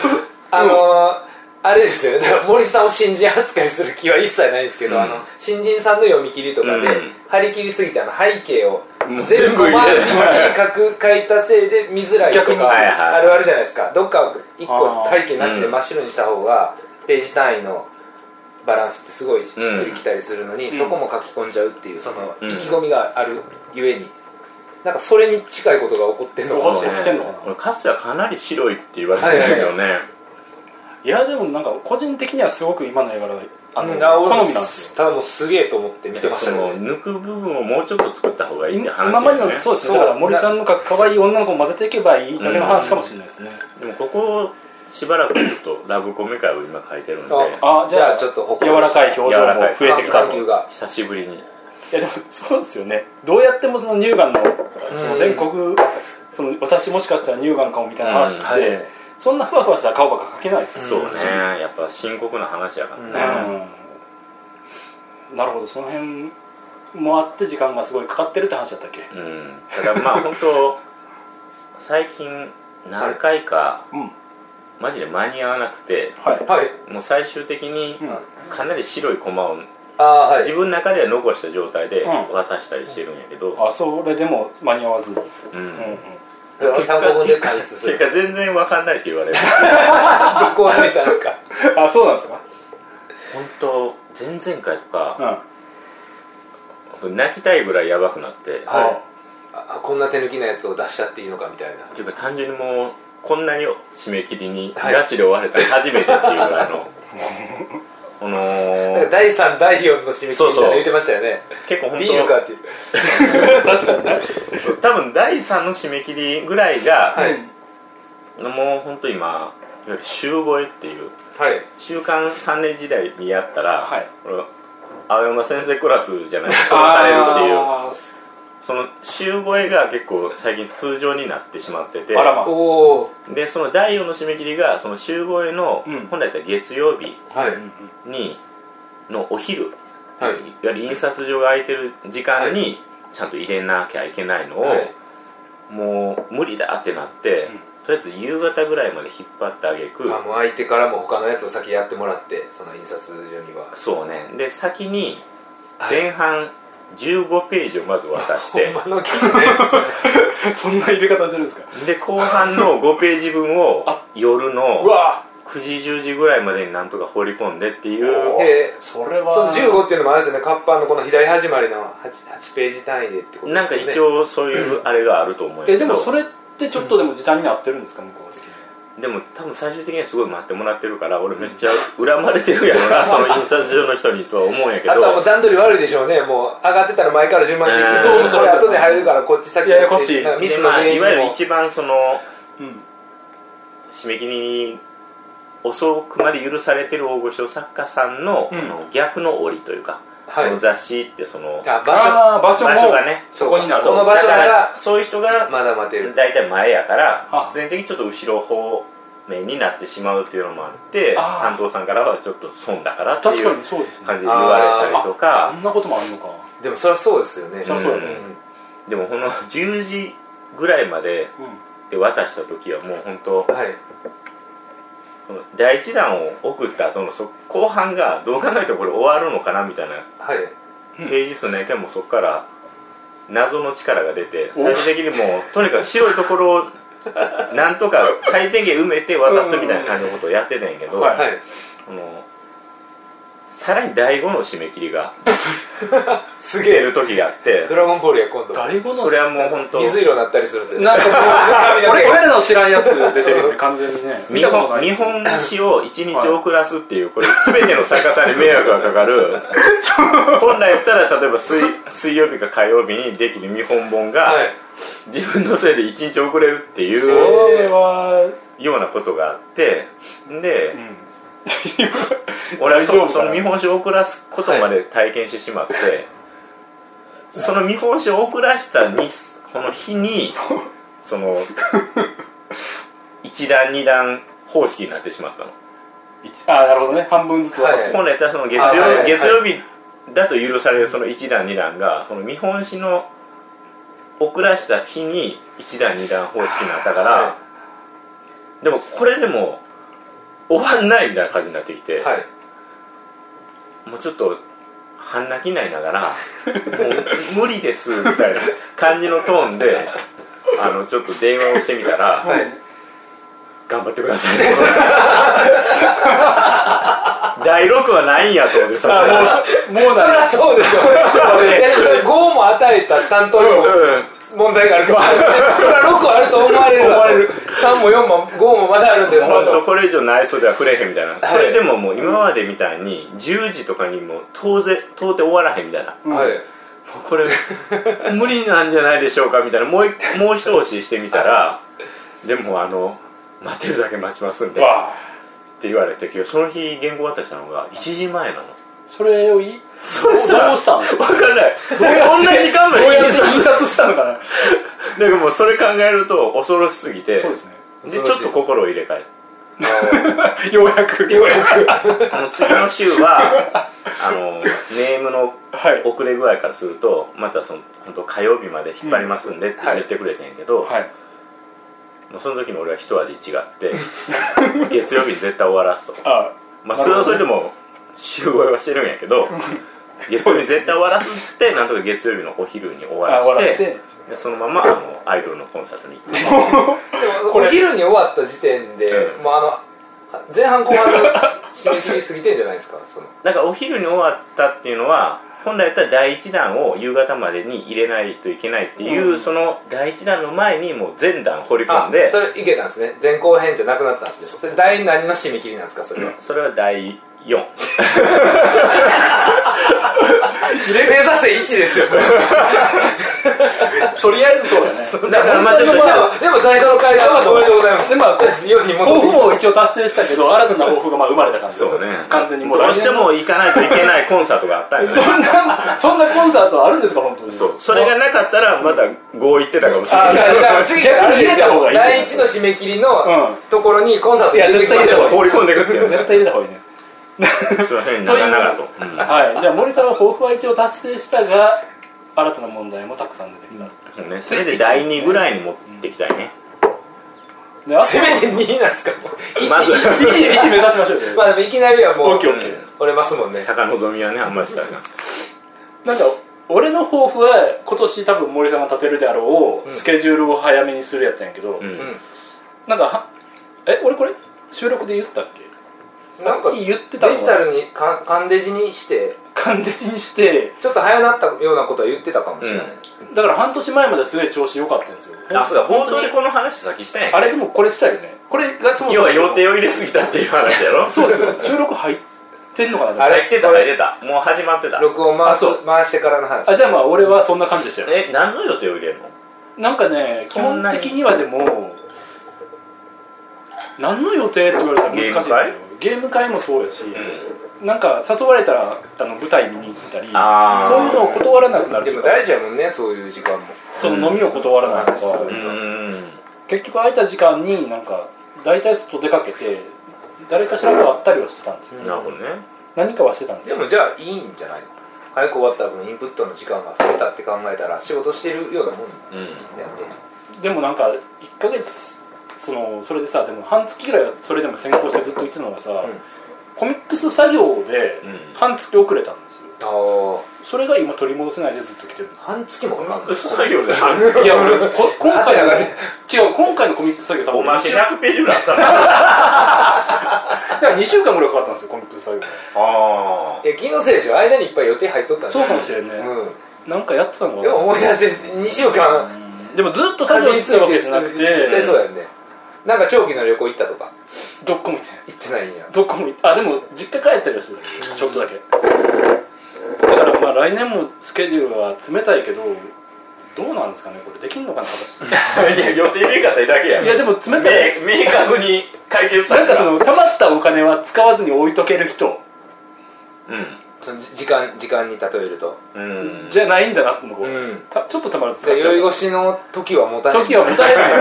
Speaker 1: あのーあれですよね、だから森さんを新人扱いする気は一切ないですけど、
Speaker 3: うん
Speaker 1: あの新人さんの読み切りとかで、
Speaker 3: うん
Speaker 1: 張り切りすぎてあの背景を
Speaker 3: もう
Speaker 1: 全
Speaker 3: 全
Speaker 1: 部
Speaker 3: 部
Speaker 1: ま
Speaker 3: 入
Speaker 1: あ
Speaker 3: れ
Speaker 1: 一気に書く書いたせいで見づらいと
Speaker 2: 逆に
Speaker 1: か
Speaker 3: はいはい
Speaker 1: あるあるじゃないですか、どっか一個
Speaker 2: あー
Speaker 1: 背景なしで真っ白にした方が、ページ単位のバランスってすごいしっくりきたりするのに、そこも書き込んじゃうっていうその
Speaker 3: う
Speaker 1: 意
Speaker 3: ん
Speaker 1: 気込みがあるゆえに、なんかそれに近いことが起こってるのかもしれない
Speaker 2: 起こってんのかな
Speaker 3: 俺かつてはかなり白いって言われてるんだけどね
Speaker 2: いやでもなんか個人的にはすごく今の絵柄があの、
Speaker 1: うんあ俺も
Speaker 2: 好みなんですよ
Speaker 1: ただもうすげえと思って見てました
Speaker 3: そ
Speaker 1: け
Speaker 3: の
Speaker 1: ど、ね、
Speaker 3: 抜く部分をもうちょっと作った方がいいって話
Speaker 2: 今まで
Speaker 3: だよね
Speaker 2: のそうですね
Speaker 1: そう
Speaker 2: だから森さんのか可愛い女の子を混ぜていけばいいだけの話かもしれないですね、
Speaker 3: でもここしばらくちょっとラブコメ会を今書いてるんで
Speaker 1: あ
Speaker 2: あ
Speaker 1: じ
Speaker 2: じ
Speaker 1: ゃあ
Speaker 2: ゃあ
Speaker 1: ちょっと他
Speaker 2: 柔らかい表情も増えてきたと
Speaker 1: 緩
Speaker 2: い
Speaker 1: 急が
Speaker 3: 久しぶりに
Speaker 2: やでもそうですよねどうやってもその乳がんのその全国、その私もしかしたら乳がんかもみたいな話って、
Speaker 3: うん
Speaker 1: はい
Speaker 2: そんなふわふわした顔ばっか描けないですよ
Speaker 3: そうねやっぱ深刻な話やからね、
Speaker 2: うんなるほどその辺もあって時間がすごいかかってるって話だったっけ
Speaker 3: うん、ただまあ本当最近何回か
Speaker 2: うんは
Speaker 3: マジで間に合わなくて
Speaker 2: い
Speaker 1: はい
Speaker 3: もう最終的に
Speaker 2: うん
Speaker 3: かなり白いコマを
Speaker 1: ああはい
Speaker 3: 自分の中では残した状態で
Speaker 2: うん
Speaker 3: 渡したりしてるんやけど、
Speaker 2: あそれでも間に合わずに、う
Speaker 3: うん
Speaker 2: んうん、
Speaker 1: 分単語文で解説す
Speaker 3: 結
Speaker 1: る
Speaker 3: 果全然わかんないって言われる
Speaker 1: どこを見たのか
Speaker 2: あそうなんですか
Speaker 3: 本当前々回と
Speaker 2: うん
Speaker 3: か泣きたいぐらいやばくなって、
Speaker 1: はい
Speaker 2: あ (laughs)
Speaker 1: あこんな手抜きなやつを出しちゃっていいのかみたいな
Speaker 3: っていうか単純にもうこんなに締め切りに
Speaker 1: はい (laughs)
Speaker 3: ガチで追われたの初めてっていうぐらいのこの
Speaker 1: なんか第3第4の締め切りみたいなの言ってましたよね
Speaker 3: 結構本当
Speaker 1: ビールかっていう
Speaker 4: 確かにね
Speaker 3: 多分第3の締め切りぐらいが、
Speaker 1: はい
Speaker 3: もう本当今いわゆる週越えっていう
Speaker 1: はい
Speaker 3: 週刊3年時代にやったら、
Speaker 4: はい
Speaker 3: この青山先生クラスじゃないとされるっていうその週越えが結構最近通常になってしまってて
Speaker 4: あらま
Speaker 1: おお
Speaker 3: でその第4の締め切りがその週越えの、
Speaker 4: うん
Speaker 3: 本来だったら月曜日
Speaker 1: はい
Speaker 3: にのお昼、
Speaker 1: はい
Speaker 3: い、わゆる印刷所が空いてる時間
Speaker 1: は
Speaker 3: にちゃんと入れなきゃいけないのを、
Speaker 1: はい
Speaker 3: もう無理だってなって、とりあえず夕方ぐらいまで引っ張ってあげく
Speaker 1: あもう相手からも他のやつを先やってもらってその印刷所には
Speaker 3: そうねで先に
Speaker 1: はい
Speaker 3: 前半15ページをまず
Speaker 1: (laughs)
Speaker 3: 渡して
Speaker 1: ほんまの金のやつ
Speaker 2: (laughs)
Speaker 4: そんな入れ方してるんですか
Speaker 3: で後半の5ページ分を
Speaker 4: あ
Speaker 3: 夜
Speaker 4: う
Speaker 3: の
Speaker 4: わ
Speaker 3: 9時10時ぐらいまでになんとか放り込んでっていう
Speaker 1: で
Speaker 4: それ
Speaker 1: その
Speaker 4: は
Speaker 1: 15っていうのもあれですよねカッパーのこの左始まりの 8, 8ページ単位でってことですよね
Speaker 3: なんか一応そういうあれがあると思うんや
Speaker 4: え
Speaker 3: け
Speaker 4: で
Speaker 3: ど
Speaker 4: もそれってちょっとでも時短に合ってるんですか向こう的に
Speaker 3: でも多分最終的にはすごい待ってもらってるから俺めっちゃ恨まれてるやろ
Speaker 4: (laughs)
Speaker 3: なその印刷所の人にとは思うんやけど
Speaker 1: あとはもう段取り悪いでしょうねもう上がってたら前から順番にできる
Speaker 3: そうそう
Speaker 1: これ後で入るからこっち先
Speaker 4: ややこしい
Speaker 1: なんかミス
Speaker 3: で
Speaker 1: の
Speaker 3: まあ、
Speaker 1: 原因
Speaker 3: い
Speaker 1: に
Speaker 3: わゆる
Speaker 1: も
Speaker 3: 一番その
Speaker 4: うん
Speaker 3: 締め切りに遅くまで許されてる大御所作家さんの,、
Speaker 4: うん
Speaker 3: あのギャフの折というか、
Speaker 1: はい
Speaker 3: あの雑誌ってその
Speaker 1: あ場所
Speaker 4: ああ場所も
Speaker 3: 場所がね
Speaker 4: そこになる
Speaker 1: その場所
Speaker 3: だから
Speaker 1: が
Speaker 3: そういう人が
Speaker 1: まだ待てる
Speaker 3: 大体前やから
Speaker 4: あ
Speaker 3: 必然的にちょっと後ろ方面になってしまうっていうのもあって
Speaker 4: あー
Speaker 3: 担当さんからはちょっと損だからってい
Speaker 4: 確
Speaker 3: う
Speaker 4: か
Speaker 3: 感
Speaker 4: にそうですね
Speaker 3: じで言われたりと
Speaker 4: あ
Speaker 3: か
Speaker 4: そんなこともあるのか
Speaker 1: でもそりゃそうですよね
Speaker 4: そりゃそうだ
Speaker 1: うん
Speaker 4: ね
Speaker 3: でもこの10時ぐらいまで
Speaker 4: うん
Speaker 3: で渡した時はもう本当
Speaker 1: うんはい
Speaker 3: 第一弾を送った後のそ後半がどう考えてもこれ終わるのかなみたいな
Speaker 1: はい
Speaker 4: うん
Speaker 3: ページ数の回もうそこから謎の力が出て
Speaker 4: お
Speaker 3: 最終的にもうとにかく白いところをなんとか最低限埋めて渡すみたいな感じのことをやってたんやけど、
Speaker 4: はい
Speaker 1: はい
Speaker 3: このさらに第5の締め切りが
Speaker 1: す
Speaker 3: 出
Speaker 1: げえ
Speaker 3: る時があって
Speaker 1: ドラゴンボールや今度
Speaker 4: 第五の
Speaker 3: それはもう本当
Speaker 1: 水色になったりするんですよね
Speaker 4: なんかもう
Speaker 1: 髪の毛
Speaker 4: 俺俺らの知らんやつ出てるよね完全にね
Speaker 3: 見本見本紙を1日遅らすっていうこれ全ての作家さんに迷惑がかかる
Speaker 4: (laughs)
Speaker 3: 本来やったら例えば水水曜日か火曜日にできる見本本が、
Speaker 1: はい
Speaker 3: 自分のせいで1日遅れるって
Speaker 4: そ
Speaker 3: いう
Speaker 4: れは
Speaker 3: ようなことがあってで、
Speaker 4: ん
Speaker 3: 俺はそ
Speaker 4: 大丈夫かな
Speaker 3: その見本紙を遅らすことまで体験してしまって、その見本紙を遅らした日この日
Speaker 4: (laughs)
Speaker 3: にその1段2段方式になってしまったの。
Speaker 4: 一ああなるほどね半分ずつ渡す
Speaker 1: はい
Speaker 3: 本来だったらその月曜,、
Speaker 1: あはいはい
Speaker 3: 月曜日だと許されるその1段2段がこの見本紙の遅らした日に1段2段方式になったから、
Speaker 1: は
Speaker 3: でもこれでも終わんないみたいな感じになってきて、
Speaker 1: はい
Speaker 3: もうちょっと半泣きになりながらもう無理ですみたいな感じのトーンであのちょっと電話をしてみたら、
Speaker 1: はい
Speaker 3: 頑張ってください第6はないんやと思ってさすがに
Speaker 4: もうもう
Speaker 1: そり
Speaker 4: な
Speaker 1: ゃそうでしょいやでもそれ5も与えた担当にも問題があるから (laughs) それは6はあると思われるわ
Speaker 4: 思われる
Speaker 1: 3も4も5もまだあるんです
Speaker 3: 本当これ以上内装ではくれへんみたいな、
Speaker 1: い
Speaker 3: それでももう今までみたいに10時とかにもう当然到底終わらへんみたいな、もう
Speaker 1: はい
Speaker 3: これ無理なんじゃないでしょうかみたいなもう一もう一押ししてみたらでもあの待てるだけ待ちますんでっ
Speaker 4: わあ
Speaker 3: て言われて今日その日原稿渡したのが1時前なの
Speaker 4: それをい
Speaker 3: それさ
Speaker 4: どうしたの
Speaker 3: 分かんない
Speaker 4: どうやって
Speaker 3: こんな時間ま
Speaker 4: ど
Speaker 3: で
Speaker 4: うやっ
Speaker 3: い
Speaker 4: て
Speaker 3: いん
Speaker 4: 印
Speaker 3: すか
Speaker 4: 刷したのかな
Speaker 3: だからもうそれ考えると恐ろしすぎて
Speaker 4: そうですね
Speaker 3: でちょっと心を入れ替え
Speaker 4: ようやくようやく
Speaker 3: あの次の週は (laughs) あのネームの
Speaker 4: はい
Speaker 3: 遅れ具合からするとまたその本当火曜日まで引っ張りますんでって
Speaker 4: うんはい
Speaker 3: 言ってくれてんやけど、
Speaker 4: はい
Speaker 3: もうその時の俺は一味違って (laughs) 月曜日に絶対終わらすと
Speaker 4: あ
Speaker 3: まあ
Speaker 4: な
Speaker 3: そ
Speaker 4: る
Speaker 3: れ
Speaker 4: ほどね
Speaker 3: はそれでも集合はしてるんや
Speaker 4: (laughs)
Speaker 3: けど月曜日に絶対終わらすっつってなんとか月曜日のお昼に終わ
Speaker 4: あ
Speaker 3: ら
Speaker 4: 終わら
Speaker 3: せ
Speaker 4: せ
Speaker 3: て
Speaker 4: て
Speaker 3: でそのままあのアイドルのコンサートに行って
Speaker 1: これお昼に終わった時点で
Speaker 3: うん
Speaker 1: もうあの前半後半の締め切り過ぎてんじゃないですかその
Speaker 3: だからお昼に終わったっていうのは本来だったら第1弾を夕方までに入れないといけないっていう、その第1弾の前にもう全弾放り込
Speaker 1: あ
Speaker 3: んで
Speaker 1: それいけたんですね前後編じゃなくなったんですねそれ第何の締め切りなんですかそれは
Speaker 3: それは第4
Speaker 1: 目指せ1ですよ。
Speaker 2: とりあえずそうだね
Speaker 1: だからまあちょっと、でも、でも最初の回答はおめでとうございます。まあ、とりあえず4に戻
Speaker 2: 抱
Speaker 1: って
Speaker 2: 負も一応達成したけど新たな抱負がまあ生まれた感じ
Speaker 3: そうね
Speaker 2: 完全にもう
Speaker 3: どう
Speaker 2: 来
Speaker 3: し
Speaker 2: 年
Speaker 3: ても行かないといけないコンサートがあったんよ
Speaker 2: そ
Speaker 3: ね
Speaker 2: んなそんなコンサートあるんですか本当に
Speaker 3: そうそれがなかったらまだ5行ってたかもしれ
Speaker 1: あ
Speaker 3: ない
Speaker 1: じゃあじゃあ次からあれで
Speaker 2: 逆に入れ
Speaker 1: す
Speaker 2: た方が
Speaker 1: よ
Speaker 2: いい
Speaker 1: 第一の締め切りの
Speaker 2: うん
Speaker 1: ところにコンサート出てきま
Speaker 2: いや絶対入
Speaker 1: し
Speaker 2: れた
Speaker 1: ょ
Speaker 2: 方
Speaker 1: う
Speaker 2: が
Speaker 3: 放り込んでくっていう
Speaker 2: 絶対入れた方がいいね
Speaker 3: その辺長々と、うん
Speaker 2: はいじゃあ森さんは抱負は一応達成したが新たな問題もたくさん出てきた、
Speaker 3: そうね、それで第2ぐらいに持ってきたいね、
Speaker 2: であと
Speaker 1: せめて2なんですかもう一
Speaker 3: まず
Speaker 2: 一日目指しましょうよ
Speaker 1: (laughs) まあでもいきなりはもう
Speaker 2: オッケーオッケー
Speaker 1: 折れますもんね
Speaker 3: 高望みはねあんまりしたいな
Speaker 2: なんか俺の抱負は今年多分森さんが立てるであろう、スケジュールを早めにするやったんやけど、
Speaker 3: うん
Speaker 1: うん
Speaker 2: なんかはえ俺これ収録で言ったっけ
Speaker 1: な
Speaker 2: さ
Speaker 1: んか
Speaker 2: っき言ってたの
Speaker 1: デジタルにかカンデジにして
Speaker 2: 完全にして
Speaker 1: ちょっと早なったようなことは言ってたかもしれない
Speaker 2: だから半年前まですごい調子良かったんですよ
Speaker 3: あそうだ本当にこの話先したんや
Speaker 2: あれでもこれしたよねこれがそもそ
Speaker 3: 要
Speaker 2: も
Speaker 3: は予定を入れすぎたっていう話やろ
Speaker 2: そうですよ収録入ってんのかな
Speaker 1: あ
Speaker 3: あ
Speaker 1: れ
Speaker 3: れ入ってた入ってたもう始まってた
Speaker 1: 録音回す
Speaker 2: あそう
Speaker 1: 回してからの話
Speaker 2: あじゃあまあ俺はそんな感じでしたよ
Speaker 3: え何の予定を入れるの
Speaker 2: なんかね基
Speaker 3: そん
Speaker 2: 本
Speaker 3: なに
Speaker 2: 的にはでも何の予定って言われたら難しいんですよゲーム会もそうやし、なんか誘われたらあの舞台見に行ったり
Speaker 3: あー
Speaker 2: そういうのを断らなくなる
Speaker 1: で
Speaker 2: と
Speaker 1: も
Speaker 2: か
Speaker 1: 大事やもんねそういう時間も
Speaker 2: その飲みを断らないとか、
Speaker 1: うん
Speaker 3: うん
Speaker 2: 結局空いた時間になんか大体外出かけて誰かしらと会ったりはしてたんですよ、
Speaker 3: なるほどね
Speaker 2: 何かはしてたんです
Speaker 1: で
Speaker 2: よ
Speaker 1: もじゃあいいんじゃないの早く終わった分インプットの時間が増えたって考えたら仕事してるようなもん
Speaker 3: うん
Speaker 1: やって
Speaker 2: でもなんか1ヶ月そのそれでさでも半月ぐらいはそれでも先行してずっと言ってたのがさ、
Speaker 1: ん
Speaker 2: コミックス作業で
Speaker 3: うん
Speaker 2: 半月遅れたんですよ
Speaker 1: ああ
Speaker 2: それが今取り戻せないでずっと来てるんです
Speaker 1: 半月もかかんない
Speaker 3: そういうのある
Speaker 2: いや俺こ今回
Speaker 1: あ
Speaker 2: の
Speaker 1: ったよ
Speaker 2: 違う今回のコミックス作業多分
Speaker 3: おまけ
Speaker 2: 2週間
Speaker 3: 100ページぐらいあったな
Speaker 2: だから2週間ぐらいかかったんですよコミックス作業
Speaker 3: あ
Speaker 1: いや気のせいでしょ間にいっぱい予定入っとったんじ
Speaker 2: そ
Speaker 1: ゃ
Speaker 2: う
Speaker 1: ない
Speaker 2: かもしれんね、
Speaker 1: う
Speaker 2: なんかやってたのか
Speaker 1: ん
Speaker 2: な
Speaker 1: でも思い出して2週間
Speaker 2: でもずっと作業してたわけじゃなくて
Speaker 1: 絶対そうだよねなんか長期の旅行行ったとか
Speaker 2: どっこも行ってない
Speaker 1: 行ってないんや
Speaker 2: どっこも行ってあでも実家帰ったりはしてたちょっとだけだからまあ来年もスケジュールは冷たいけどどうなんですかねこれできんのかな私い
Speaker 3: あいや予定入れ方だけやん
Speaker 2: やでも冷たい
Speaker 3: 明明確に解決さ
Speaker 2: な
Speaker 3: れ
Speaker 2: ん
Speaker 3: た
Speaker 2: かそのたまったお金は使わずに置いとける人
Speaker 1: その時間時間に例えると
Speaker 3: うんうん
Speaker 2: じゃないんだなってのが、
Speaker 1: うん
Speaker 2: たちょっとたまると使っちゃ
Speaker 1: 酔いう越しの時は持たない
Speaker 2: 時はもたれ
Speaker 1: (laughs)
Speaker 2: ない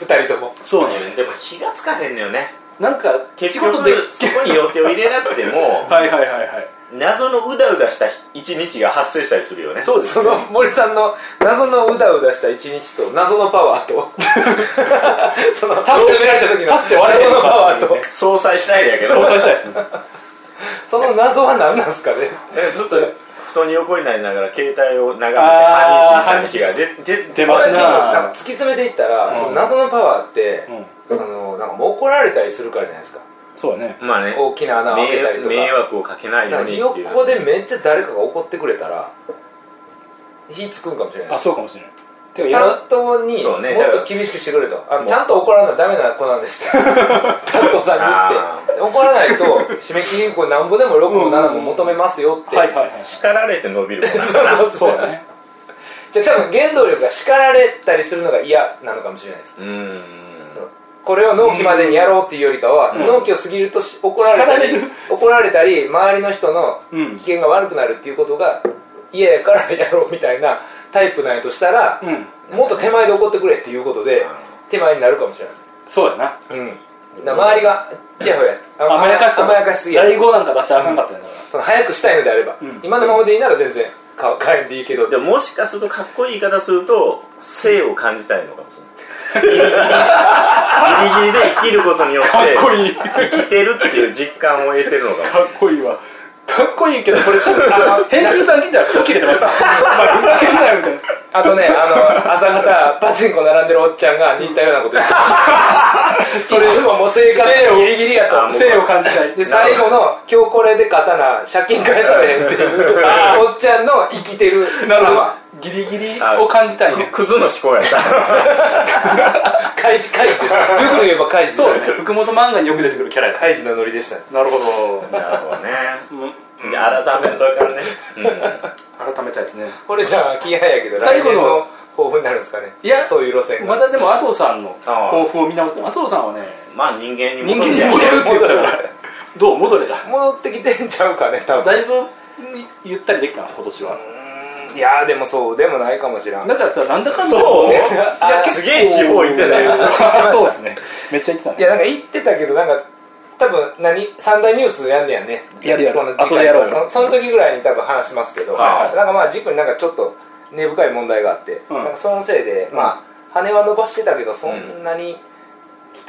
Speaker 1: 2人とも
Speaker 2: (laughs) そうなの
Speaker 3: でも気がつかへんのよね
Speaker 2: なんか
Speaker 3: 結
Speaker 2: 仕
Speaker 3: 局
Speaker 2: 事で
Speaker 3: そこに予定を入れなくて
Speaker 2: (laughs)
Speaker 3: も
Speaker 2: はいはいはいはい
Speaker 3: 謎のうだうだした一日が発生したりするよね
Speaker 2: そうです
Speaker 1: その森さんの謎のうだうだした一日と謎のパワー
Speaker 2: (laughs)
Speaker 1: とその
Speaker 2: 足して
Speaker 1: められた時の
Speaker 2: 足して割れへん
Speaker 1: 謎
Speaker 2: の
Speaker 1: の
Speaker 2: か
Speaker 1: パワーと
Speaker 3: 相殺したいだけど (laughs)
Speaker 2: 相殺したいですね
Speaker 1: その謎は何なんすかね
Speaker 3: えずっと布団に横になりながら携帯を眺めて
Speaker 2: あー
Speaker 3: 半日みたいな日が出出
Speaker 2: 出
Speaker 1: こ
Speaker 2: ま
Speaker 1: れ
Speaker 2: す
Speaker 1: でもなんか突き詰めていったら、その謎のパワーって、
Speaker 2: (laughs) う
Speaker 1: そのなんかもう怒られたりするからじゃないですか
Speaker 2: そうだね
Speaker 3: まあね
Speaker 1: 大きな穴を開けたりとか
Speaker 3: 迷迷惑をかけないようにっていう
Speaker 1: 横でめっちゃ誰かが怒ってくれたら火つくんかもしれな
Speaker 2: あ
Speaker 1: い
Speaker 2: そうかもしれないてかやら
Speaker 1: 担当にも
Speaker 3: そうね
Speaker 1: っと厳しくしてくれと、あのちゃんと怒らなダメな子なんですって担当さんに言って怒らないと締め切りこれなんぼでも6も7も求めますよって、
Speaker 2: はいはいはい
Speaker 3: 叱られて伸びるもんな
Speaker 2: そうだね
Speaker 1: じゃあ多分原動力が叱られたりするのが嫌なのかもしれないです
Speaker 3: (laughs) うーん
Speaker 1: これを納期までにやろうっていうよりかは、納期を過ぎるとし怒られ
Speaker 2: 叱
Speaker 1: たり
Speaker 2: られる
Speaker 1: 怒られたり周りの人の
Speaker 2: うん
Speaker 1: 機嫌が悪くなるっていうことが嫌やからやろうみたいなタイプなんやとしたら、
Speaker 2: うん
Speaker 1: もっと手前で怒ってくれっていうことで手前になるかもしれ
Speaker 2: そうやな
Speaker 1: ない、うん、だから周りがちやほやあ
Speaker 2: 甘やかした
Speaker 1: 甘やかしすぎや
Speaker 2: 第5なんか出したらあかんかったんだか
Speaker 1: その早くしたいのであれば、
Speaker 2: ん
Speaker 1: 今のままでいいなら全然か変えんでいいけど
Speaker 3: でももしかするとかっこいい言い方すると性を感じたいのかもしれないギリギリギリギリで生きることによって
Speaker 2: らかっこいいか
Speaker 3: 生きてるっていう実感を得てるのかも
Speaker 2: っこいいわ (laughs) かっこいいけどこれちょっとあの編集さん聞いたらクソ切れてますお前ふざけんなよみたいな
Speaker 1: あとね、あの、朝方、パチンコ並んでるおっちゃんが似たようなこと言ってました。いつももう正解ギリギリや
Speaker 3: あも
Speaker 1: と。
Speaker 3: う
Speaker 2: 性を感じない
Speaker 1: で、最後の、今日これで刀、借金返されへんっていう、おっちゃんの生きてる
Speaker 2: なるほ
Speaker 1: 様。
Speaker 2: どギリギリを感じたいね
Speaker 3: クズの思考やった
Speaker 1: 開示、開示です。よく言えば開示
Speaker 2: そうですね福本漫画によく出てくるキャラや
Speaker 1: 開示のノリでしたね。
Speaker 2: なるほど
Speaker 3: なるほどね
Speaker 2: うん
Speaker 3: いや改めんとあかんね、うん
Speaker 2: 改めたいですね
Speaker 1: これじゃあ、気配やけど、
Speaker 2: 最
Speaker 1: 来
Speaker 2: 後
Speaker 1: 年
Speaker 2: の
Speaker 1: の抱負になるんですかね。
Speaker 2: いや
Speaker 1: そういう路線
Speaker 2: ま
Speaker 1: が。
Speaker 2: たでも麻生さんの
Speaker 3: ああ
Speaker 2: 抱負を見直しても麻生さんはね
Speaker 3: まあ人間に
Speaker 2: 人
Speaker 3: 戻
Speaker 2: 間
Speaker 3: っ
Speaker 2: に
Speaker 3: ちゃう
Speaker 2: 戻るって言ったからどう戻れた
Speaker 1: 戻ってきてんちゃうかね、多分。
Speaker 2: だいぶゆったりできたな今年は
Speaker 1: うんいやーでもそうでもないかもしらん
Speaker 2: だからさなんだかんだ
Speaker 3: そう
Speaker 2: い
Speaker 1: あ
Speaker 2: や
Speaker 1: ー
Speaker 2: 結構
Speaker 3: すげえ地方行ってたよ
Speaker 2: (laughs) そうですねめっちゃ行ってた
Speaker 1: い
Speaker 2: ね
Speaker 1: やなんか言ってたけどなんか多分何三大ニュースやんねやんね
Speaker 2: やるやる
Speaker 1: この時間
Speaker 2: 後でやろうよ
Speaker 1: そその時ぐらいに多分話しますけど、
Speaker 3: はいはい
Speaker 1: なんかまあ軸になんかちょっと根深い問題があって、
Speaker 2: うん
Speaker 1: なんかそのせいで、まあ羽は伸ばしてたけどそんなに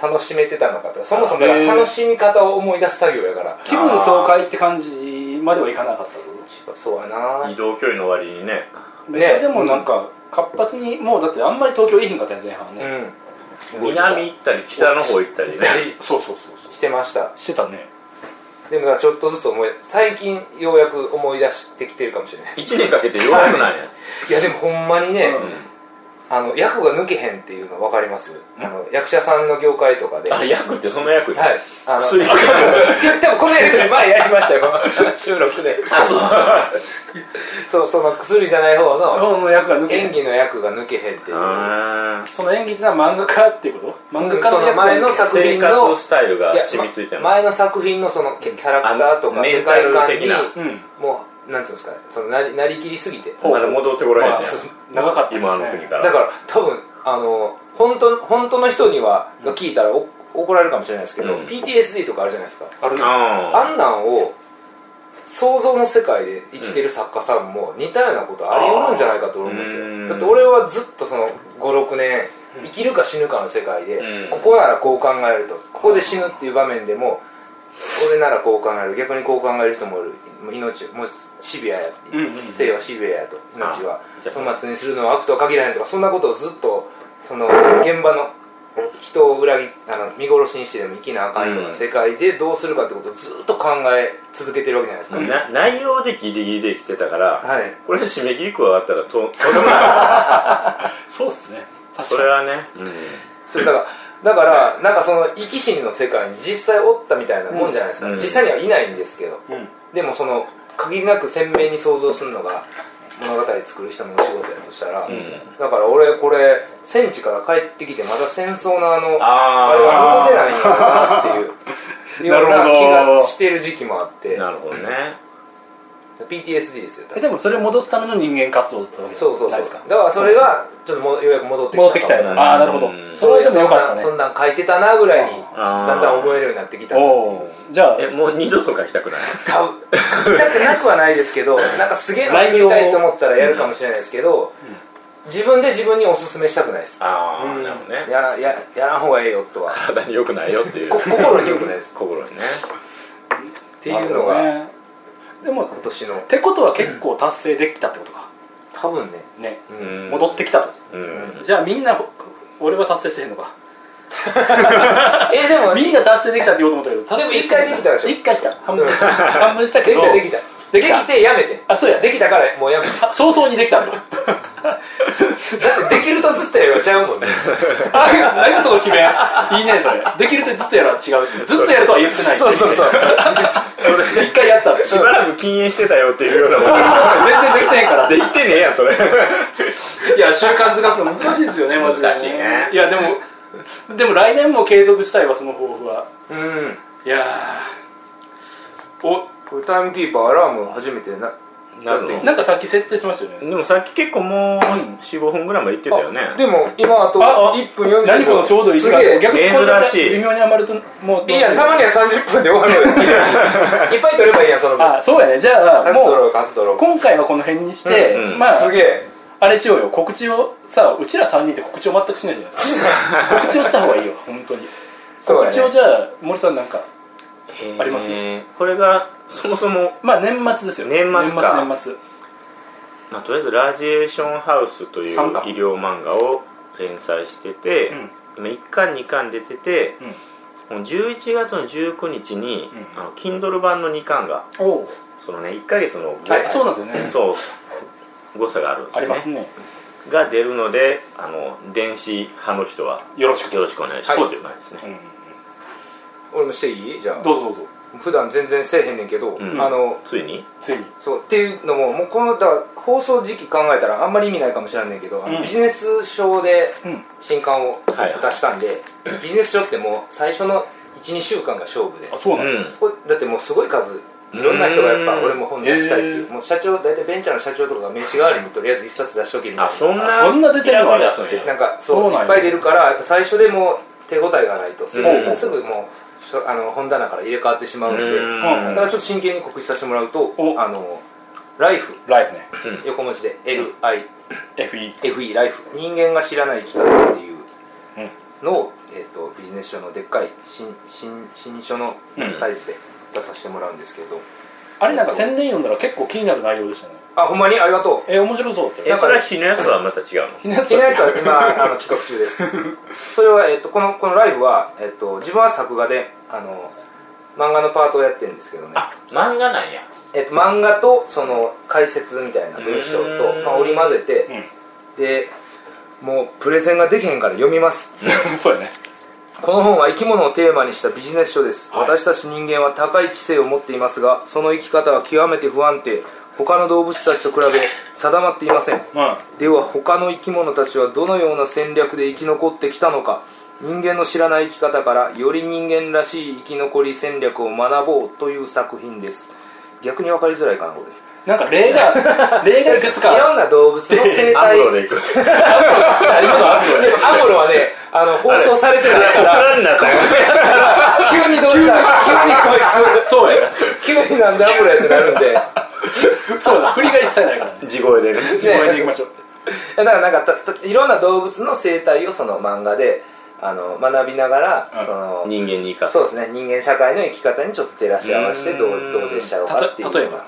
Speaker 1: 楽しめてたのかとかそもそもだから
Speaker 2: へー
Speaker 1: 楽しみ方を思い出す作業やから
Speaker 2: 気分爽快って感じまではいかなかったと
Speaker 1: そうやな
Speaker 3: 移動距離の割にね
Speaker 2: めっちゃでもなんか活発にもうだってあんまり東京いいひんかったよ前半はね、
Speaker 1: うん
Speaker 3: 南行ったり北の方行ったりね
Speaker 2: そうそうそうそう
Speaker 1: してました
Speaker 2: してたね
Speaker 1: でもなんかちょっとずつ思い最近ようやく思い出してきてるかもしれない
Speaker 3: 1年かけてようやくなんや
Speaker 1: いやでもほんまにね、
Speaker 3: うん
Speaker 1: あの役が抜けへんっていうの分かりますあの役者さんの業界とかでは
Speaker 3: あ
Speaker 1: い
Speaker 3: 役ってその役って
Speaker 1: あの
Speaker 3: 薬
Speaker 1: (laughs) でもこのやり取り前やりましたよこの収録で
Speaker 3: (laughs) あそう
Speaker 1: そうその薬じゃない方の
Speaker 2: の役が抜けへん
Speaker 1: 演技の役が抜けへんっていう
Speaker 3: あー
Speaker 2: その演技ってのは漫画家っていうこと漫画家
Speaker 1: そ
Speaker 2: の
Speaker 1: の
Speaker 2: 役
Speaker 1: 前の作
Speaker 3: 生
Speaker 1: 品の
Speaker 3: 活スタイルが
Speaker 1: いや
Speaker 3: 染みついてる
Speaker 1: ま前の作品のそのキャキャラクターと
Speaker 3: あ
Speaker 1: か
Speaker 3: の
Speaker 1: 世界観
Speaker 3: メンタル的
Speaker 1: に
Speaker 3: な
Speaker 2: うん
Speaker 1: もうなんていうんですかねそのなりなりきりすぎて
Speaker 3: まだ戻ってこらへんね
Speaker 1: そう
Speaker 2: 長かったよね
Speaker 3: 今の国から
Speaker 1: だから多分あの本当本当の人にはが聞いたらお怒られるかもしれないですけど、
Speaker 3: うん
Speaker 1: PTSD とかあるじゃないですか
Speaker 2: あるな
Speaker 3: あ
Speaker 1: あんなんを想像の世界で生きてる作家さんも似たようなことあり得るんじゃないかと思うんです
Speaker 3: う
Speaker 1: よ
Speaker 3: ん
Speaker 1: だって俺はずっとその56年生きるか死ぬかの世界で、
Speaker 3: うん
Speaker 1: ここならこう考えるとここで死ぬっていう場面でも俺ならこう考える逆にこう考える人もいるもう命もうシビアや、
Speaker 2: うんうん
Speaker 1: 生はシビアやと命は
Speaker 3: あじゃあ
Speaker 1: 粗末にするのは悪とは限らへんとかそんなことをずっとその現場の人を裏切あの見殺しにしてでも生きなあかんよう
Speaker 3: う
Speaker 1: なん世界でどうするかってことをずっと考え続けてるわけじゃないですか、
Speaker 3: な内容でギリギリできてたから
Speaker 1: はい
Speaker 3: これ締め切り加わ (laughs) ったらととんでもない
Speaker 2: そうっすね確
Speaker 3: それ
Speaker 2: か
Speaker 3: はね、
Speaker 1: それだからだからなんかその生き死にの世界に実際おったみたいなもんじゃないですか、
Speaker 3: うん
Speaker 1: 実際にはいないんですけど
Speaker 2: にうん
Speaker 1: でもその限りなく鮮明に想像するのが物語作る人のお仕事やとしたら、
Speaker 3: ん
Speaker 1: だから俺これ戦地から帰ってきてまだ戦争のあのあれ
Speaker 3: あ
Speaker 1: は残ってないんやろなっていう
Speaker 2: な
Speaker 3: (laughs)
Speaker 1: よう
Speaker 2: るほど
Speaker 1: な気がしてる時期もあって
Speaker 3: あなるほどね
Speaker 1: PTSD ですよ
Speaker 2: えでもそれを戻すための人間活動だったわけじゃ
Speaker 1: そうそう
Speaker 2: ない
Speaker 1: そう
Speaker 2: ですか
Speaker 1: だからそれがちょっともうようやく戻ってきた
Speaker 2: 戻ってきたよ
Speaker 3: う
Speaker 2: なんああーなるほど
Speaker 3: うん
Speaker 2: それはでもよかったね
Speaker 1: そんなんそんなん書いてたなぐらいに
Speaker 3: あー
Speaker 1: だんだん覚えるようになってきた
Speaker 2: おおーじゃあ
Speaker 3: えもう二度とかきたくない
Speaker 1: 多分書きたくなくはないです
Speaker 2: (laughs)
Speaker 1: けどなんかすげえの作りたいと思ったらやるかもしれないですけど自分で自分におすすめしたくないです
Speaker 3: ああ、
Speaker 2: うん
Speaker 3: なるほどね
Speaker 1: やらややらんほうがええよとは
Speaker 3: 体に良くないよっていう
Speaker 1: こ心に良くな
Speaker 2: (laughs)
Speaker 1: いです
Speaker 3: 心にね
Speaker 1: っていうのが
Speaker 2: な
Speaker 1: 今
Speaker 2: るほどねでもっ
Speaker 1: 年の
Speaker 2: てことは結構達成できたってことか
Speaker 1: 多分ね
Speaker 2: ね
Speaker 3: うん
Speaker 2: 戻ってきたと
Speaker 3: うん
Speaker 2: じゃあみんな俺は達成してへんのか
Speaker 1: えでも
Speaker 2: みんな達成できたって言おうと思ったけど
Speaker 1: でも一回できたでしょ
Speaker 2: 一回した半分
Speaker 1: (laughs)
Speaker 2: した半分したけ
Speaker 1: でき
Speaker 2: ど
Speaker 1: たできた
Speaker 2: で
Speaker 1: で
Speaker 2: きた
Speaker 1: きてやめて
Speaker 2: あそうや
Speaker 1: できたからもう
Speaker 2: (laughs)
Speaker 1: やめてだ
Speaker 2: あ早々にできたんだ
Speaker 1: (laughs) ってできるとずっとやればちゃうもんね
Speaker 2: 何その決めいいねそれできるとずっとやるは違うってずっとやるとは言ってない
Speaker 1: そうそうそう
Speaker 2: 一回やった
Speaker 3: しばらく禁煙してたよっていうようなも (laughs)
Speaker 2: 全然できてへんから
Speaker 3: んできてねえやんそれ
Speaker 2: いや習慣づかすの難しいですよねマジで
Speaker 3: 難しいね
Speaker 2: いやでもでも来年も継続したいわその抱負は
Speaker 1: うん
Speaker 2: いやーお
Speaker 1: これタイムキーパーアラーム初めてな
Speaker 3: なるほ
Speaker 2: なんかさっき設定しましたよね
Speaker 3: どでもさっき結構もう45分ぐらいまで行ってたよね
Speaker 1: でも今あと
Speaker 2: あ
Speaker 1: 1分40秒
Speaker 2: 何このちょうどいい時
Speaker 1: す
Speaker 2: 間
Speaker 1: げえ
Speaker 2: 逆にこれだけ
Speaker 3: 珍しい
Speaker 2: 微妙に余るともう
Speaker 1: いやたまには30分で終わるよ
Speaker 2: (laughs)
Speaker 1: いっぱい取ればいいやんその分
Speaker 2: あそうやねじゃあ
Speaker 1: カスト
Speaker 2: もう
Speaker 1: ローカストロー
Speaker 2: 今回はこの辺にして、
Speaker 3: うんうん
Speaker 2: まあ
Speaker 1: すげえ
Speaker 2: あれしようよ告知をさうちら3人って告知を全くしないじゃないですか告知をした方がいいよ本当に
Speaker 1: そう
Speaker 2: 告知
Speaker 1: や
Speaker 2: を
Speaker 1: ね
Speaker 2: じゃあ森さんなんか
Speaker 3: へー
Speaker 2: ありますよ
Speaker 3: これがそもそも
Speaker 2: まあ年末ですよ
Speaker 3: 年末か
Speaker 2: 年末年末
Speaker 3: まあ、とりあえず「ラジエーションハウス」という医
Speaker 2: 三巻
Speaker 3: 療漫画を連載してて、
Speaker 2: うん
Speaker 3: 今1巻2巻出てて
Speaker 2: うん、
Speaker 3: もう11月の19日に、
Speaker 2: う
Speaker 3: あの Kindle 版の2巻が
Speaker 2: おお、
Speaker 3: そのね1ヶ月の
Speaker 2: はい、そうなんですよね
Speaker 3: そう誤差があるんです
Speaker 2: あ
Speaker 3: よ
Speaker 2: り
Speaker 3: ね
Speaker 2: ますね
Speaker 3: が出るのであの電子派の人は
Speaker 2: よろしく
Speaker 3: よろしくお願いします、
Speaker 1: はい
Speaker 3: という感じですね、
Speaker 2: うん
Speaker 1: 俺もしていいじゃあ
Speaker 2: どうぞどうぞ
Speaker 1: 普段全然せえへんねんけど、
Speaker 3: ん
Speaker 1: あの
Speaker 3: ついに
Speaker 2: ついに
Speaker 1: そうっていうのももうこのだから放送時期考えたらあんまり意味ないかもしれないけど、あの
Speaker 2: うん
Speaker 1: ビジネス書で
Speaker 2: うん
Speaker 1: 新刊を出
Speaker 3: はい
Speaker 1: したんで、ビジネス書ってもう最初の12週間が勝負で
Speaker 2: あそう
Speaker 3: う
Speaker 2: なんだ、
Speaker 3: ん
Speaker 1: そこだってもうすごい数いろんな人がやっぱ
Speaker 3: うん
Speaker 1: 俺も本出したいっていう,、
Speaker 2: へ
Speaker 1: もう社長大体ベンチャーの社長とかが名刺代わりにとりあえず一冊出しとけみたい
Speaker 3: あ
Speaker 1: な
Speaker 3: そん
Speaker 2: あ
Speaker 3: な
Speaker 2: そんな出てるのあれって
Speaker 1: なんかそう
Speaker 2: そうなんや
Speaker 1: いっぱい出るからやっぱ最初でもう手応えがないとすぐ,、
Speaker 3: うん
Speaker 1: すぐもうしょあの本棚から入れ替わってしまうんで、
Speaker 3: う
Speaker 1: だ
Speaker 3: ん
Speaker 1: からちょっと真剣に告知させてもらうと
Speaker 2: お
Speaker 1: あのライフ
Speaker 2: ライフね
Speaker 1: 横文字で LIFE
Speaker 2: FE
Speaker 1: ライフ人間が知らない生き方っていう
Speaker 2: うん
Speaker 1: のを、えー、とビジネス書のでっかい新新新書のサイズで出させてもらうんですけど、
Speaker 2: あれなんか宣伝読んだら結構気になる内容でしたね
Speaker 1: あほんまにありがとう
Speaker 2: え面白そうって
Speaker 3: えそれは日のやつとはまた違うの
Speaker 2: ひな
Speaker 1: 気
Speaker 2: ち
Speaker 1: に
Speaker 2: ゃ
Speaker 1: なんやつは今あの企画中ですそれは、えっとこのこのライブは、えっと自分は作画であの漫画のパートをやってるんですけどね、
Speaker 3: 漫画なんや
Speaker 1: えっと漫画とその解説みたいな文章と
Speaker 3: う、ん
Speaker 1: まあ、織り交ぜて、でもうプレゼンができへんから読みます
Speaker 2: うん (laughs) そうやね
Speaker 1: この本は生き物をテーマにしたビジネス書です、
Speaker 2: はい
Speaker 1: 私たち人間は高い知性を持っていますがその生き方は極めて不安定他の動物たちと比べ定まっていません
Speaker 2: うん
Speaker 1: では他の生き物たちはどのような戦略で生き残ってきたのか人間の知らない生き方からより人間らしい生き残り戦略を学ぼうという作品です逆に分かりづらいかなこれ
Speaker 2: なんか例が例がいくつ
Speaker 1: い
Speaker 2: か
Speaker 1: ろんな動物の生態
Speaker 3: アム
Speaker 1: (laughs)
Speaker 3: ロ
Speaker 2: (laughs)
Speaker 3: でいく
Speaker 2: ありますあるよね
Speaker 1: でもアムロはねあの放送されてないから
Speaker 3: (laughs) 何になったよ
Speaker 1: 急にどうした急にこい
Speaker 2: そうや
Speaker 1: つ急になんでアムロやってなるんで
Speaker 2: そうだ振りが一切ないからね
Speaker 3: 地声でね
Speaker 2: 自分でいきましょう
Speaker 1: だからなんかたたいろんな動物の生態をその漫画であの学びながら、
Speaker 2: うん
Speaker 1: その
Speaker 3: 人間に生かす
Speaker 1: そうですね人間社会の生き方にちょっと照らし合わせてど
Speaker 3: うー
Speaker 1: うんどうでしたろう
Speaker 2: た
Speaker 1: かっていう
Speaker 2: と例えば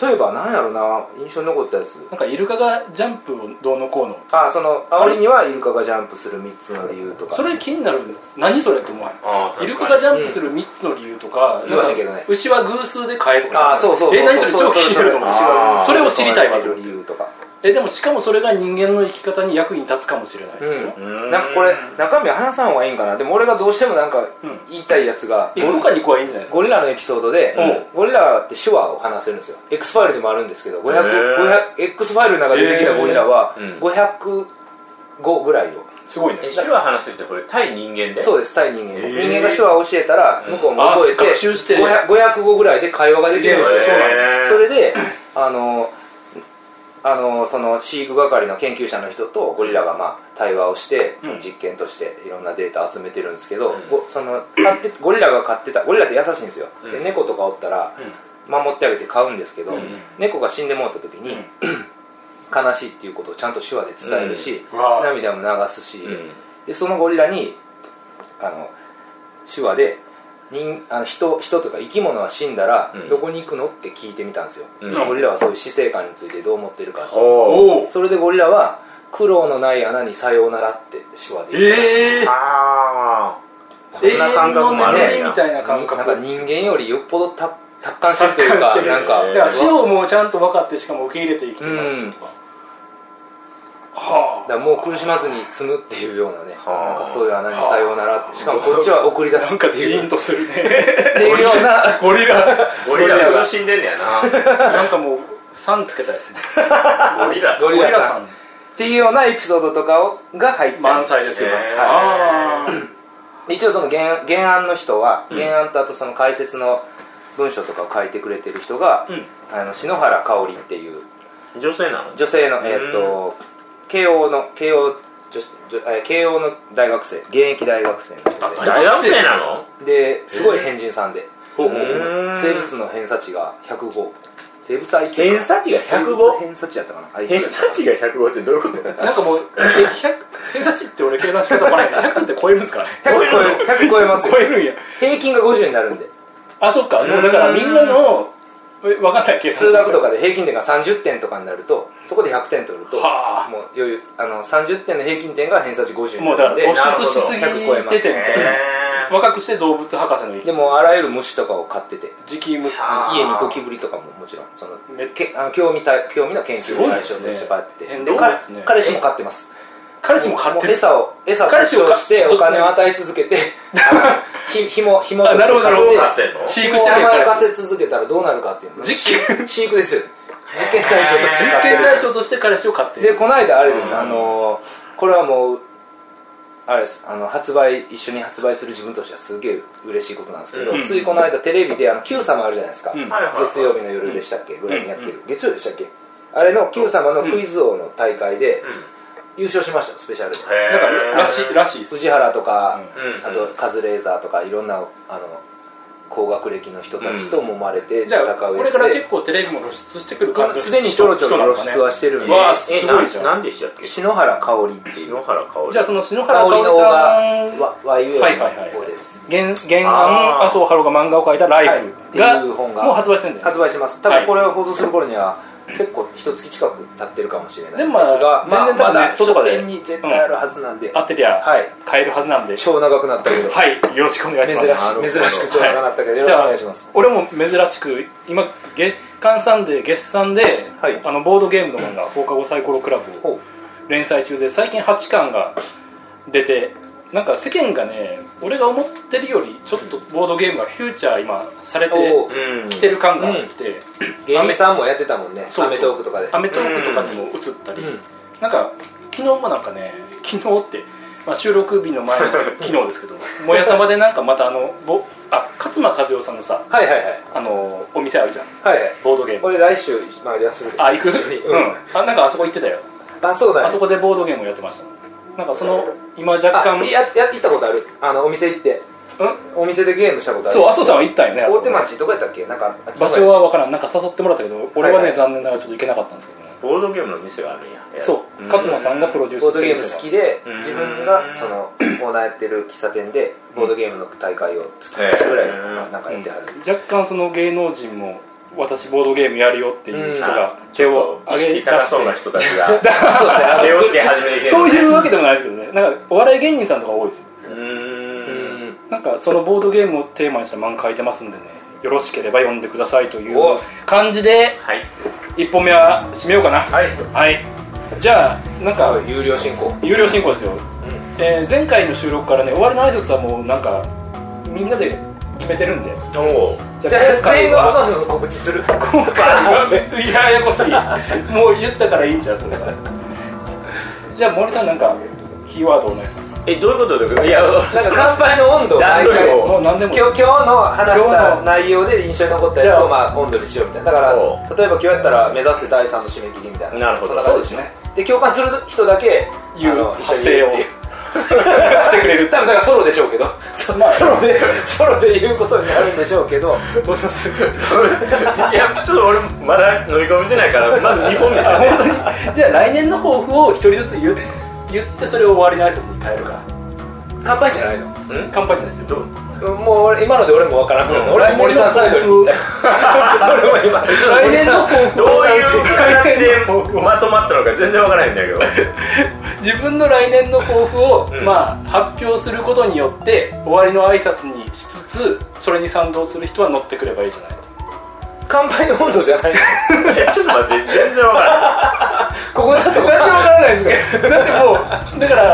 Speaker 1: 例えばなんやろな印象に残ったやつ
Speaker 2: なんかイルカがジャンプをどうのこうの
Speaker 1: あその煽りにはイルカがジャンプする3つの理由とか
Speaker 2: それ気になるんです何それって思わない
Speaker 3: あ
Speaker 2: イルカがジャンプする3つの理由とか,、
Speaker 1: う
Speaker 2: な
Speaker 1: ん言
Speaker 2: ん
Speaker 1: わ
Speaker 2: か
Speaker 1: へんけどね
Speaker 2: 牛は偶数で飼えとか
Speaker 1: あそうそうそう
Speaker 2: え何それ超気になると思う
Speaker 3: そうそうそう
Speaker 2: それを知りたいわと思って
Speaker 1: 理由とか
Speaker 2: えでもしかもそれが人間の生き方に役に立つかもしれない、
Speaker 1: うん
Speaker 3: ん
Speaker 1: なんかこれ中身話さん方がいいんかなでも俺がどうしてもなんか
Speaker 2: うん
Speaker 1: 言いたいやつが、
Speaker 2: 1個か2個はいいんじゃないですか
Speaker 1: ゴリラのエピソードで、
Speaker 2: う
Speaker 1: ゴリラって手話を話せるんですよ X ファイルでもあるんですけど500、
Speaker 3: へー
Speaker 1: 500 X ファイルの中で出てきたゴリラは
Speaker 3: へーうん
Speaker 1: 505ぐらいを、
Speaker 2: すごい
Speaker 3: え
Speaker 2: ね
Speaker 3: 手話話するってこれ対人間で
Speaker 1: そううです対人間、
Speaker 3: へー
Speaker 1: 人間が手話を教えたら向こうも覚えて,、
Speaker 2: あ学習して
Speaker 1: 500 505ぐらいで会話ができるんですよ
Speaker 3: すげえへー
Speaker 1: それであのあのその飼育係の研究者の人とゴリラが、まあ、対話をして、
Speaker 2: うん
Speaker 1: 実験としていろんなデータ集めてるんですけど、
Speaker 3: うん
Speaker 1: ごその飼ってゴリラが飼ってたゴリラって優しいんですよ、
Speaker 3: うん
Speaker 1: で猫とかおったら、守ってあげて飼うんですけど、
Speaker 2: うんうん
Speaker 1: 猫が死んでもうた時に、悲しいっていうことをちゃんと手話で伝えるし、
Speaker 2: うんうわー
Speaker 1: 涙も流すし、
Speaker 3: ん
Speaker 1: でそのゴリラにあの手話で人あの人人というか生き物は死んだら、
Speaker 3: うん
Speaker 1: どこに行くのって聞いてみたんですよ、
Speaker 3: うん
Speaker 1: ゴリラはそういう死生観についてどう思ってるか
Speaker 3: ほう
Speaker 2: おお
Speaker 1: それでゴリラは苦労のない穴にさようならって手話で言ったらしい
Speaker 2: ええ
Speaker 3: あ
Speaker 2: ー、
Speaker 3: そんな感覚もあるんや
Speaker 2: 永遠の眠りみたいな感
Speaker 1: なんか
Speaker 2: 覚
Speaker 1: 人間よりよっぽどた達観してるという
Speaker 2: 達観し
Speaker 1: か
Speaker 2: てる
Speaker 1: なんか
Speaker 3: えー
Speaker 2: だから死をもうちゃんと分かってしかも受け入れて生きてますけどとか、は
Speaker 1: だからもう苦しまずに済むっていうようなね、
Speaker 3: はあ
Speaker 1: なんかそういう穴にさようならって、しかもこっちは送り出
Speaker 2: あな
Speaker 1: す
Speaker 2: ん
Speaker 1: っ
Speaker 2: か
Speaker 1: て
Speaker 2: ジー
Speaker 1: いう
Speaker 2: ンとす
Speaker 1: (laughs)
Speaker 2: るね
Speaker 1: っていうような、 (laughs)
Speaker 2: ゴリラ
Speaker 3: あゴリラが死んでんねやな
Speaker 2: なんかもうさんつけたいですね
Speaker 3: ゴリラ
Speaker 1: ゴ
Speaker 2: ゴ
Speaker 1: リ
Speaker 2: リ
Speaker 1: ラ
Speaker 2: ラ
Speaker 1: さ
Speaker 2: さ
Speaker 1: ん
Speaker 2: ん
Speaker 1: っていうようなエピソードとかをが入ってる
Speaker 2: 満載ですよ、
Speaker 3: ね
Speaker 2: あー
Speaker 1: 一応その原原案の人は、原案とあとその解説の文章とかを書いてくれてる人が、
Speaker 2: うん
Speaker 1: あの篠原香織っていう
Speaker 3: 女性なの
Speaker 1: 女性の、えーっと慶応の慶応女女えー慶応の大学生現役大学生の人で
Speaker 3: 大学生なの
Speaker 1: ですごい変人さんで、
Speaker 2: ほうほう
Speaker 3: うん
Speaker 1: 生物の偏差値が105生物 IQ
Speaker 3: 偏差値が
Speaker 1: 105
Speaker 3: 105
Speaker 1: 偏差値やったかな
Speaker 3: 偏差値が105ってどういうこと
Speaker 2: なんかもうえ100偏差値って俺計算したことないけど100って超えるんですからね
Speaker 1: 100超える100超えますよ
Speaker 2: 超えるんや
Speaker 1: 平均が50になるんで
Speaker 2: あそっかもうだからみんなのえわかんない計算
Speaker 1: 数学とかで平均点が30点とかになるとそこで100点取ると
Speaker 2: はあ
Speaker 1: もう余裕あの30点の平均点が偏差値50に
Speaker 2: もう
Speaker 1: な
Speaker 2: だ
Speaker 1: る
Speaker 2: か
Speaker 1: んで
Speaker 3: な
Speaker 2: ら突出しすぎてて
Speaker 1: 100超えます
Speaker 2: みたいな若くして動物博士の生き
Speaker 1: でもあらゆる虫とかを飼ってて
Speaker 2: 時期無
Speaker 3: あー
Speaker 1: 家にゴキブリとかももちろんその
Speaker 2: め
Speaker 1: けあの興味た興味の研究の対象として飼っ
Speaker 2: すごいですね
Speaker 1: てて
Speaker 2: 変
Speaker 1: で
Speaker 2: 動
Speaker 1: 彼
Speaker 2: ですね
Speaker 1: 彼氏も飼ってます
Speaker 2: 彼氏も買って
Speaker 1: もう
Speaker 2: る
Speaker 1: 餌を餌と
Speaker 2: 彼氏を飼っ
Speaker 1: してお金を与え続け
Speaker 2: (laughs)
Speaker 1: てあのひひもひもと
Speaker 2: あなるほどなるほ
Speaker 3: どう
Speaker 1: で
Speaker 3: なってんの
Speaker 2: 飼育してる
Speaker 1: ひもを甘や
Speaker 2: や
Speaker 1: か
Speaker 2: つ
Speaker 1: せ続けたらどうなるかっていうの
Speaker 2: 実験
Speaker 1: 飼育ですよ実験対象として飼
Speaker 2: 実
Speaker 1: ってる
Speaker 2: 験対象として彼氏を買ってい
Speaker 1: で
Speaker 2: る
Speaker 1: この間あれです、
Speaker 3: うん
Speaker 1: あのこれはもうあれですあの発売一緒に発売する自分としてはすげえ嬉しいことなんですけど、
Speaker 2: うん
Speaker 1: ついこの間テレビで「あの Q 様」あるじゃないですか、
Speaker 2: うん
Speaker 3: はいはいはい
Speaker 1: 月曜日の夜でしたっけぐらいにやってる、月曜でしたっけあれの Q 様のクイズ王の大会で優勝しましたスペシャルで、
Speaker 3: へー
Speaker 2: なんからしいらしいです
Speaker 1: 藤原とか、
Speaker 3: うん
Speaker 1: あとカズレーザーとかいろんなあの高学歴の人たちと揉まれて
Speaker 2: じ
Speaker 1: 戦う
Speaker 2: ゃ
Speaker 1: や
Speaker 2: あこれ
Speaker 1: つ
Speaker 2: から
Speaker 1: で
Speaker 2: 結構テレビも露出してくる感じ
Speaker 1: すでにちょろちょろ露出はしてるんで
Speaker 2: わあす
Speaker 3: え
Speaker 2: ごいじゃん
Speaker 3: ななんでしたっけ
Speaker 1: 篠原かおりっていう
Speaker 3: 篠原かおり
Speaker 2: じゃあその篠原
Speaker 1: 香
Speaker 2: か
Speaker 1: りの
Speaker 2: お
Speaker 1: 方
Speaker 2: り
Speaker 1: が
Speaker 2: さん
Speaker 1: わ YU
Speaker 2: はいはいはい
Speaker 1: の方です
Speaker 2: 原原
Speaker 3: あー
Speaker 2: 案麻生ハロが漫画を描いた「ライ
Speaker 1: って
Speaker 2: フが
Speaker 1: いう本が
Speaker 2: もう発売してんだよね
Speaker 1: 発売してます多分これを放送する頃には結構一月近く経ってるかもしれない
Speaker 2: でもまあ
Speaker 1: すがまあ
Speaker 2: 全然多分
Speaker 1: まだ
Speaker 2: ネットとかで
Speaker 1: 書店に絶対あるはずなんで、
Speaker 2: 合ってりゃ
Speaker 1: はい
Speaker 2: 買えるはずなんで
Speaker 1: 超長くなったけど、
Speaker 2: はいよろしくお願いし
Speaker 1: 珍
Speaker 2: ます
Speaker 3: ど
Speaker 1: し珍しく超長くなったけど、よろし
Speaker 2: じ
Speaker 1: くお
Speaker 2: ゃ
Speaker 1: 願
Speaker 2: あ
Speaker 1: いします
Speaker 2: 俺も珍しく今月刊さんで月産で、
Speaker 1: はい
Speaker 2: あのボードゲームの漫画「放課後サイコロクラブ」を
Speaker 1: ほ
Speaker 2: 連載中で最近8巻が出てなんか世間がね俺が思ってるよりちょっとボードゲームがフューチャー今され
Speaker 1: お
Speaker 2: て
Speaker 1: う
Speaker 3: うん
Speaker 2: きてる感があって、
Speaker 1: 芸人さんもやってたもんね
Speaker 2: そうそう
Speaker 1: アメトークとかで
Speaker 2: アメトークとかにも映ったり、
Speaker 1: うん
Speaker 2: なんか昨日もなんかね昨日って、まあ、収録日の
Speaker 1: (laughs)
Speaker 2: 前の昨日ですけど「もやさま」でなんかまたあのぼあ勝間和代さんのさ
Speaker 1: はいはいはい
Speaker 2: あのお店あるじゃん
Speaker 1: はいはい
Speaker 2: ボードゲーム
Speaker 1: これ来週まあやする
Speaker 2: あ行く
Speaker 1: 一緒に
Speaker 2: う
Speaker 1: うんん
Speaker 2: あなんかあそこ行ってたよ
Speaker 1: あそうだ
Speaker 2: あ
Speaker 1: ね
Speaker 2: そこでボードゲームをやってましたなんかその今若
Speaker 1: あ
Speaker 2: 干
Speaker 1: ややって行ったことあるあのお店行って
Speaker 2: うん
Speaker 1: お店でゲームしたことある
Speaker 2: そう麻生さんは行ったよねあそ
Speaker 1: 大
Speaker 2: こ
Speaker 1: 手
Speaker 2: ね
Speaker 1: 町どこやったっけなんか
Speaker 2: 場所は分からんなんか誘ってもらったけど俺は
Speaker 1: はい
Speaker 2: ね
Speaker 1: はい
Speaker 2: 残念ながらちょっと行けなかったんですけどね
Speaker 3: ボードゲームの店があるんや
Speaker 2: そう勝間さんがプロデュー
Speaker 1: ボー
Speaker 2: ス
Speaker 1: ドゲーム好きで
Speaker 3: うん
Speaker 1: 自分がそのオーナーやってる喫茶店でボードゲームの大会を月
Speaker 3: へー
Speaker 1: 1ぐらいまあなんかやってはる
Speaker 2: うん若干その芸能人も私ボードゲームやるよっていう人 (laughs) が手
Speaker 3: 手
Speaker 2: を
Speaker 3: を
Speaker 2: 挙
Speaker 3: 上
Speaker 2: げ
Speaker 3: げ
Speaker 2: 出
Speaker 3: 高
Speaker 2: し
Speaker 3: そうな
Speaker 2: て
Speaker 3: 人たちが
Speaker 1: そうですねあの
Speaker 3: 手をつけ始めて
Speaker 2: そういうわけでもないですけどねなんかお笑い芸人さんとか多いですよ
Speaker 3: うーん
Speaker 1: うん
Speaker 2: なんかそのボードゲームをテーマにした漫画書いてますんでねよろしければ読んでくださいという
Speaker 1: お
Speaker 2: 感じで
Speaker 3: はい
Speaker 2: 1本目は締めようかな
Speaker 1: はい
Speaker 2: はいじゃあなん
Speaker 1: さあ
Speaker 2: か
Speaker 1: 有料進行
Speaker 2: 有料進行ですよ、えー前回の収録からね終わりの挨拶はもうなんかみんなで決めてるんで
Speaker 3: おう
Speaker 2: じ
Speaker 1: じゃあ全員のことの告知する
Speaker 2: 今回はいやややこしいもう言ったからいいんじゃんそれじゃあ森さんなんかキーワードお願いします
Speaker 3: えどういうことだけいや
Speaker 1: なんか乾杯の温度を
Speaker 3: 段取りを
Speaker 2: もう何でも
Speaker 1: 今日今日の話し
Speaker 2: 今日
Speaker 1: た
Speaker 2: の
Speaker 1: 内容で印象に残った
Speaker 2: じ
Speaker 1: や
Speaker 2: ゃ
Speaker 1: つ
Speaker 2: あ
Speaker 1: をまあ温度にしようみたいなだ
Speaker 3: お
Speaker 1: から例えば今日やったら目指せ第3の締め切りみたいな
Speaker 3: なるほど
Speaker 1: んな感じ
Speaker 2: そうです
Speaker 1: で共感する人だけ
Speaker 2: 言
Speaker 1: あ
Speaker 2: う
Speaker 1: の一緒
Speaker 2: 発
Speaker 1: に
Speaker 2: 声
Speaker 1: 言う
Speaker 2: を
Speaker 1: っていう
Speaker 2: してくれる
Speaker 1: 多分だからソロでしょうけ (laughs) どそ
Speaker 2: まあ
Speaker 1: ソロでソロで言うことになるんでしょうけど
Speaker 3: どうしますいやちょっと俺まだ飲み込めてないからまず2本目
Speaker 2: あ
Speaker 3: だね
Speaker 2: 本当にじゃあ来年の抱負を一人ずつ言う言ってそれを終わりの挨拶に変えるか
Speaker 1: 乾杯じゃないの
Speaker 2: 乾杯じゃないですよどう
Speaker 1: もう俺今ので俺もわからんくなった
Speaker 2: 俺
Speaker 1: 俺
Speaker 2: は
Speaker 1: は
Speaker 2: 森
Speaker 1: 森
Speaker 2: さ
Speaker 1: さ
Speaker 2: ん
Speaker 1: ん
Speaker 2: サ
Speaker 1: サ
Speaker 2: イ
Speaker 1: イ
Speaker 2: ド
Speaker 1: ド
Speaker 2: に
Speaker 1: に
Speaker 2: 行っ来年の抱負
Speaker 1: 行 (laughs) ったた俺も今
Speaker 3: どういう形でまとまったのか全然わからないんだけど
Speaker 2: 自分の来年の抱負を、
Speaker 3: うん
Speaker 2: まあ、発表することによって終わりの挨拶にしつつそれに賛同する人は乗ってくればいいじゃない
Speaker 1: 乾杯の温度じゃないの
Speaker 3: いやちょっと待って全然わからない
Speaker 1: ここちょっと
Speaker 2: 何でもわからない
Speaker 1: (laughs)
Speaker 2: ですよだってもうだから
Speaker 3: も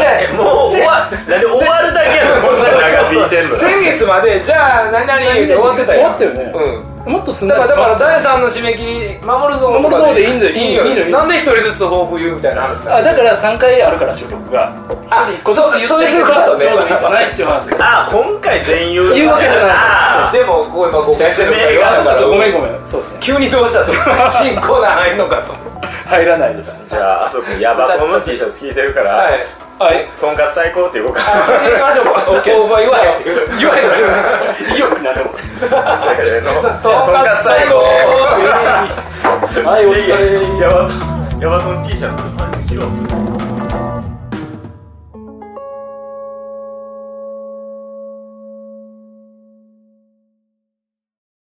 Speaker 3: う終わなんで終わるだけやのこんな長引いてんの
Speaker 1: 先月までじゃあ何々言うて終わってたやん
Speaker 2: 終わってるね
Speaker 1: うん
Speaker 2: もっとすん
Speaker 1: だ
Speaker 2: な
Speaker 1: から
Speaker 2: り
Speaker 1: だから第3の締め切り守るぞとか
Speaker 2: 守るぞでいいんだよ
Speaker 1: いいよ
Speaker 2: いいのよ
Speaker 1: なんで一人ずつ抱負言うみたいな話
Speaker 2: あだから3回あるから収録が
Speaker 1: あ
Speaker 2: こそ言ってくれたらちょうどいいんじゃないっていう話です
Speaker 3: あ今回全員
Speaker 2: 言うわけじゃない
Speaker 3: あ
Speaker 1: でもこう今誤解してるから言わなかった
Speaker 2: ごめんごめんそうですね
Speaker 1: 急にどうしたって新コーナー入んのかと
Speaker 2: 入らないです
Speaker 3: ーじゃああそこヤバコの T シャツ着いてるから、
Speaker 1: はい
Speaker 2: はい
Speaker 3: とんかつ最高って動か
Speaker 1: あそれで行きましょうか
Speaker 2: オッケー
Speaker 1: オーバー言わへんっていう
Speaker 2: 言わへんの意欲なでも
Speaker 3: せーの
Speaker 1: とんかつ最後
Speaker 2: はいお疲れ
Speaker 3: やばやばその T シャツの感じしよう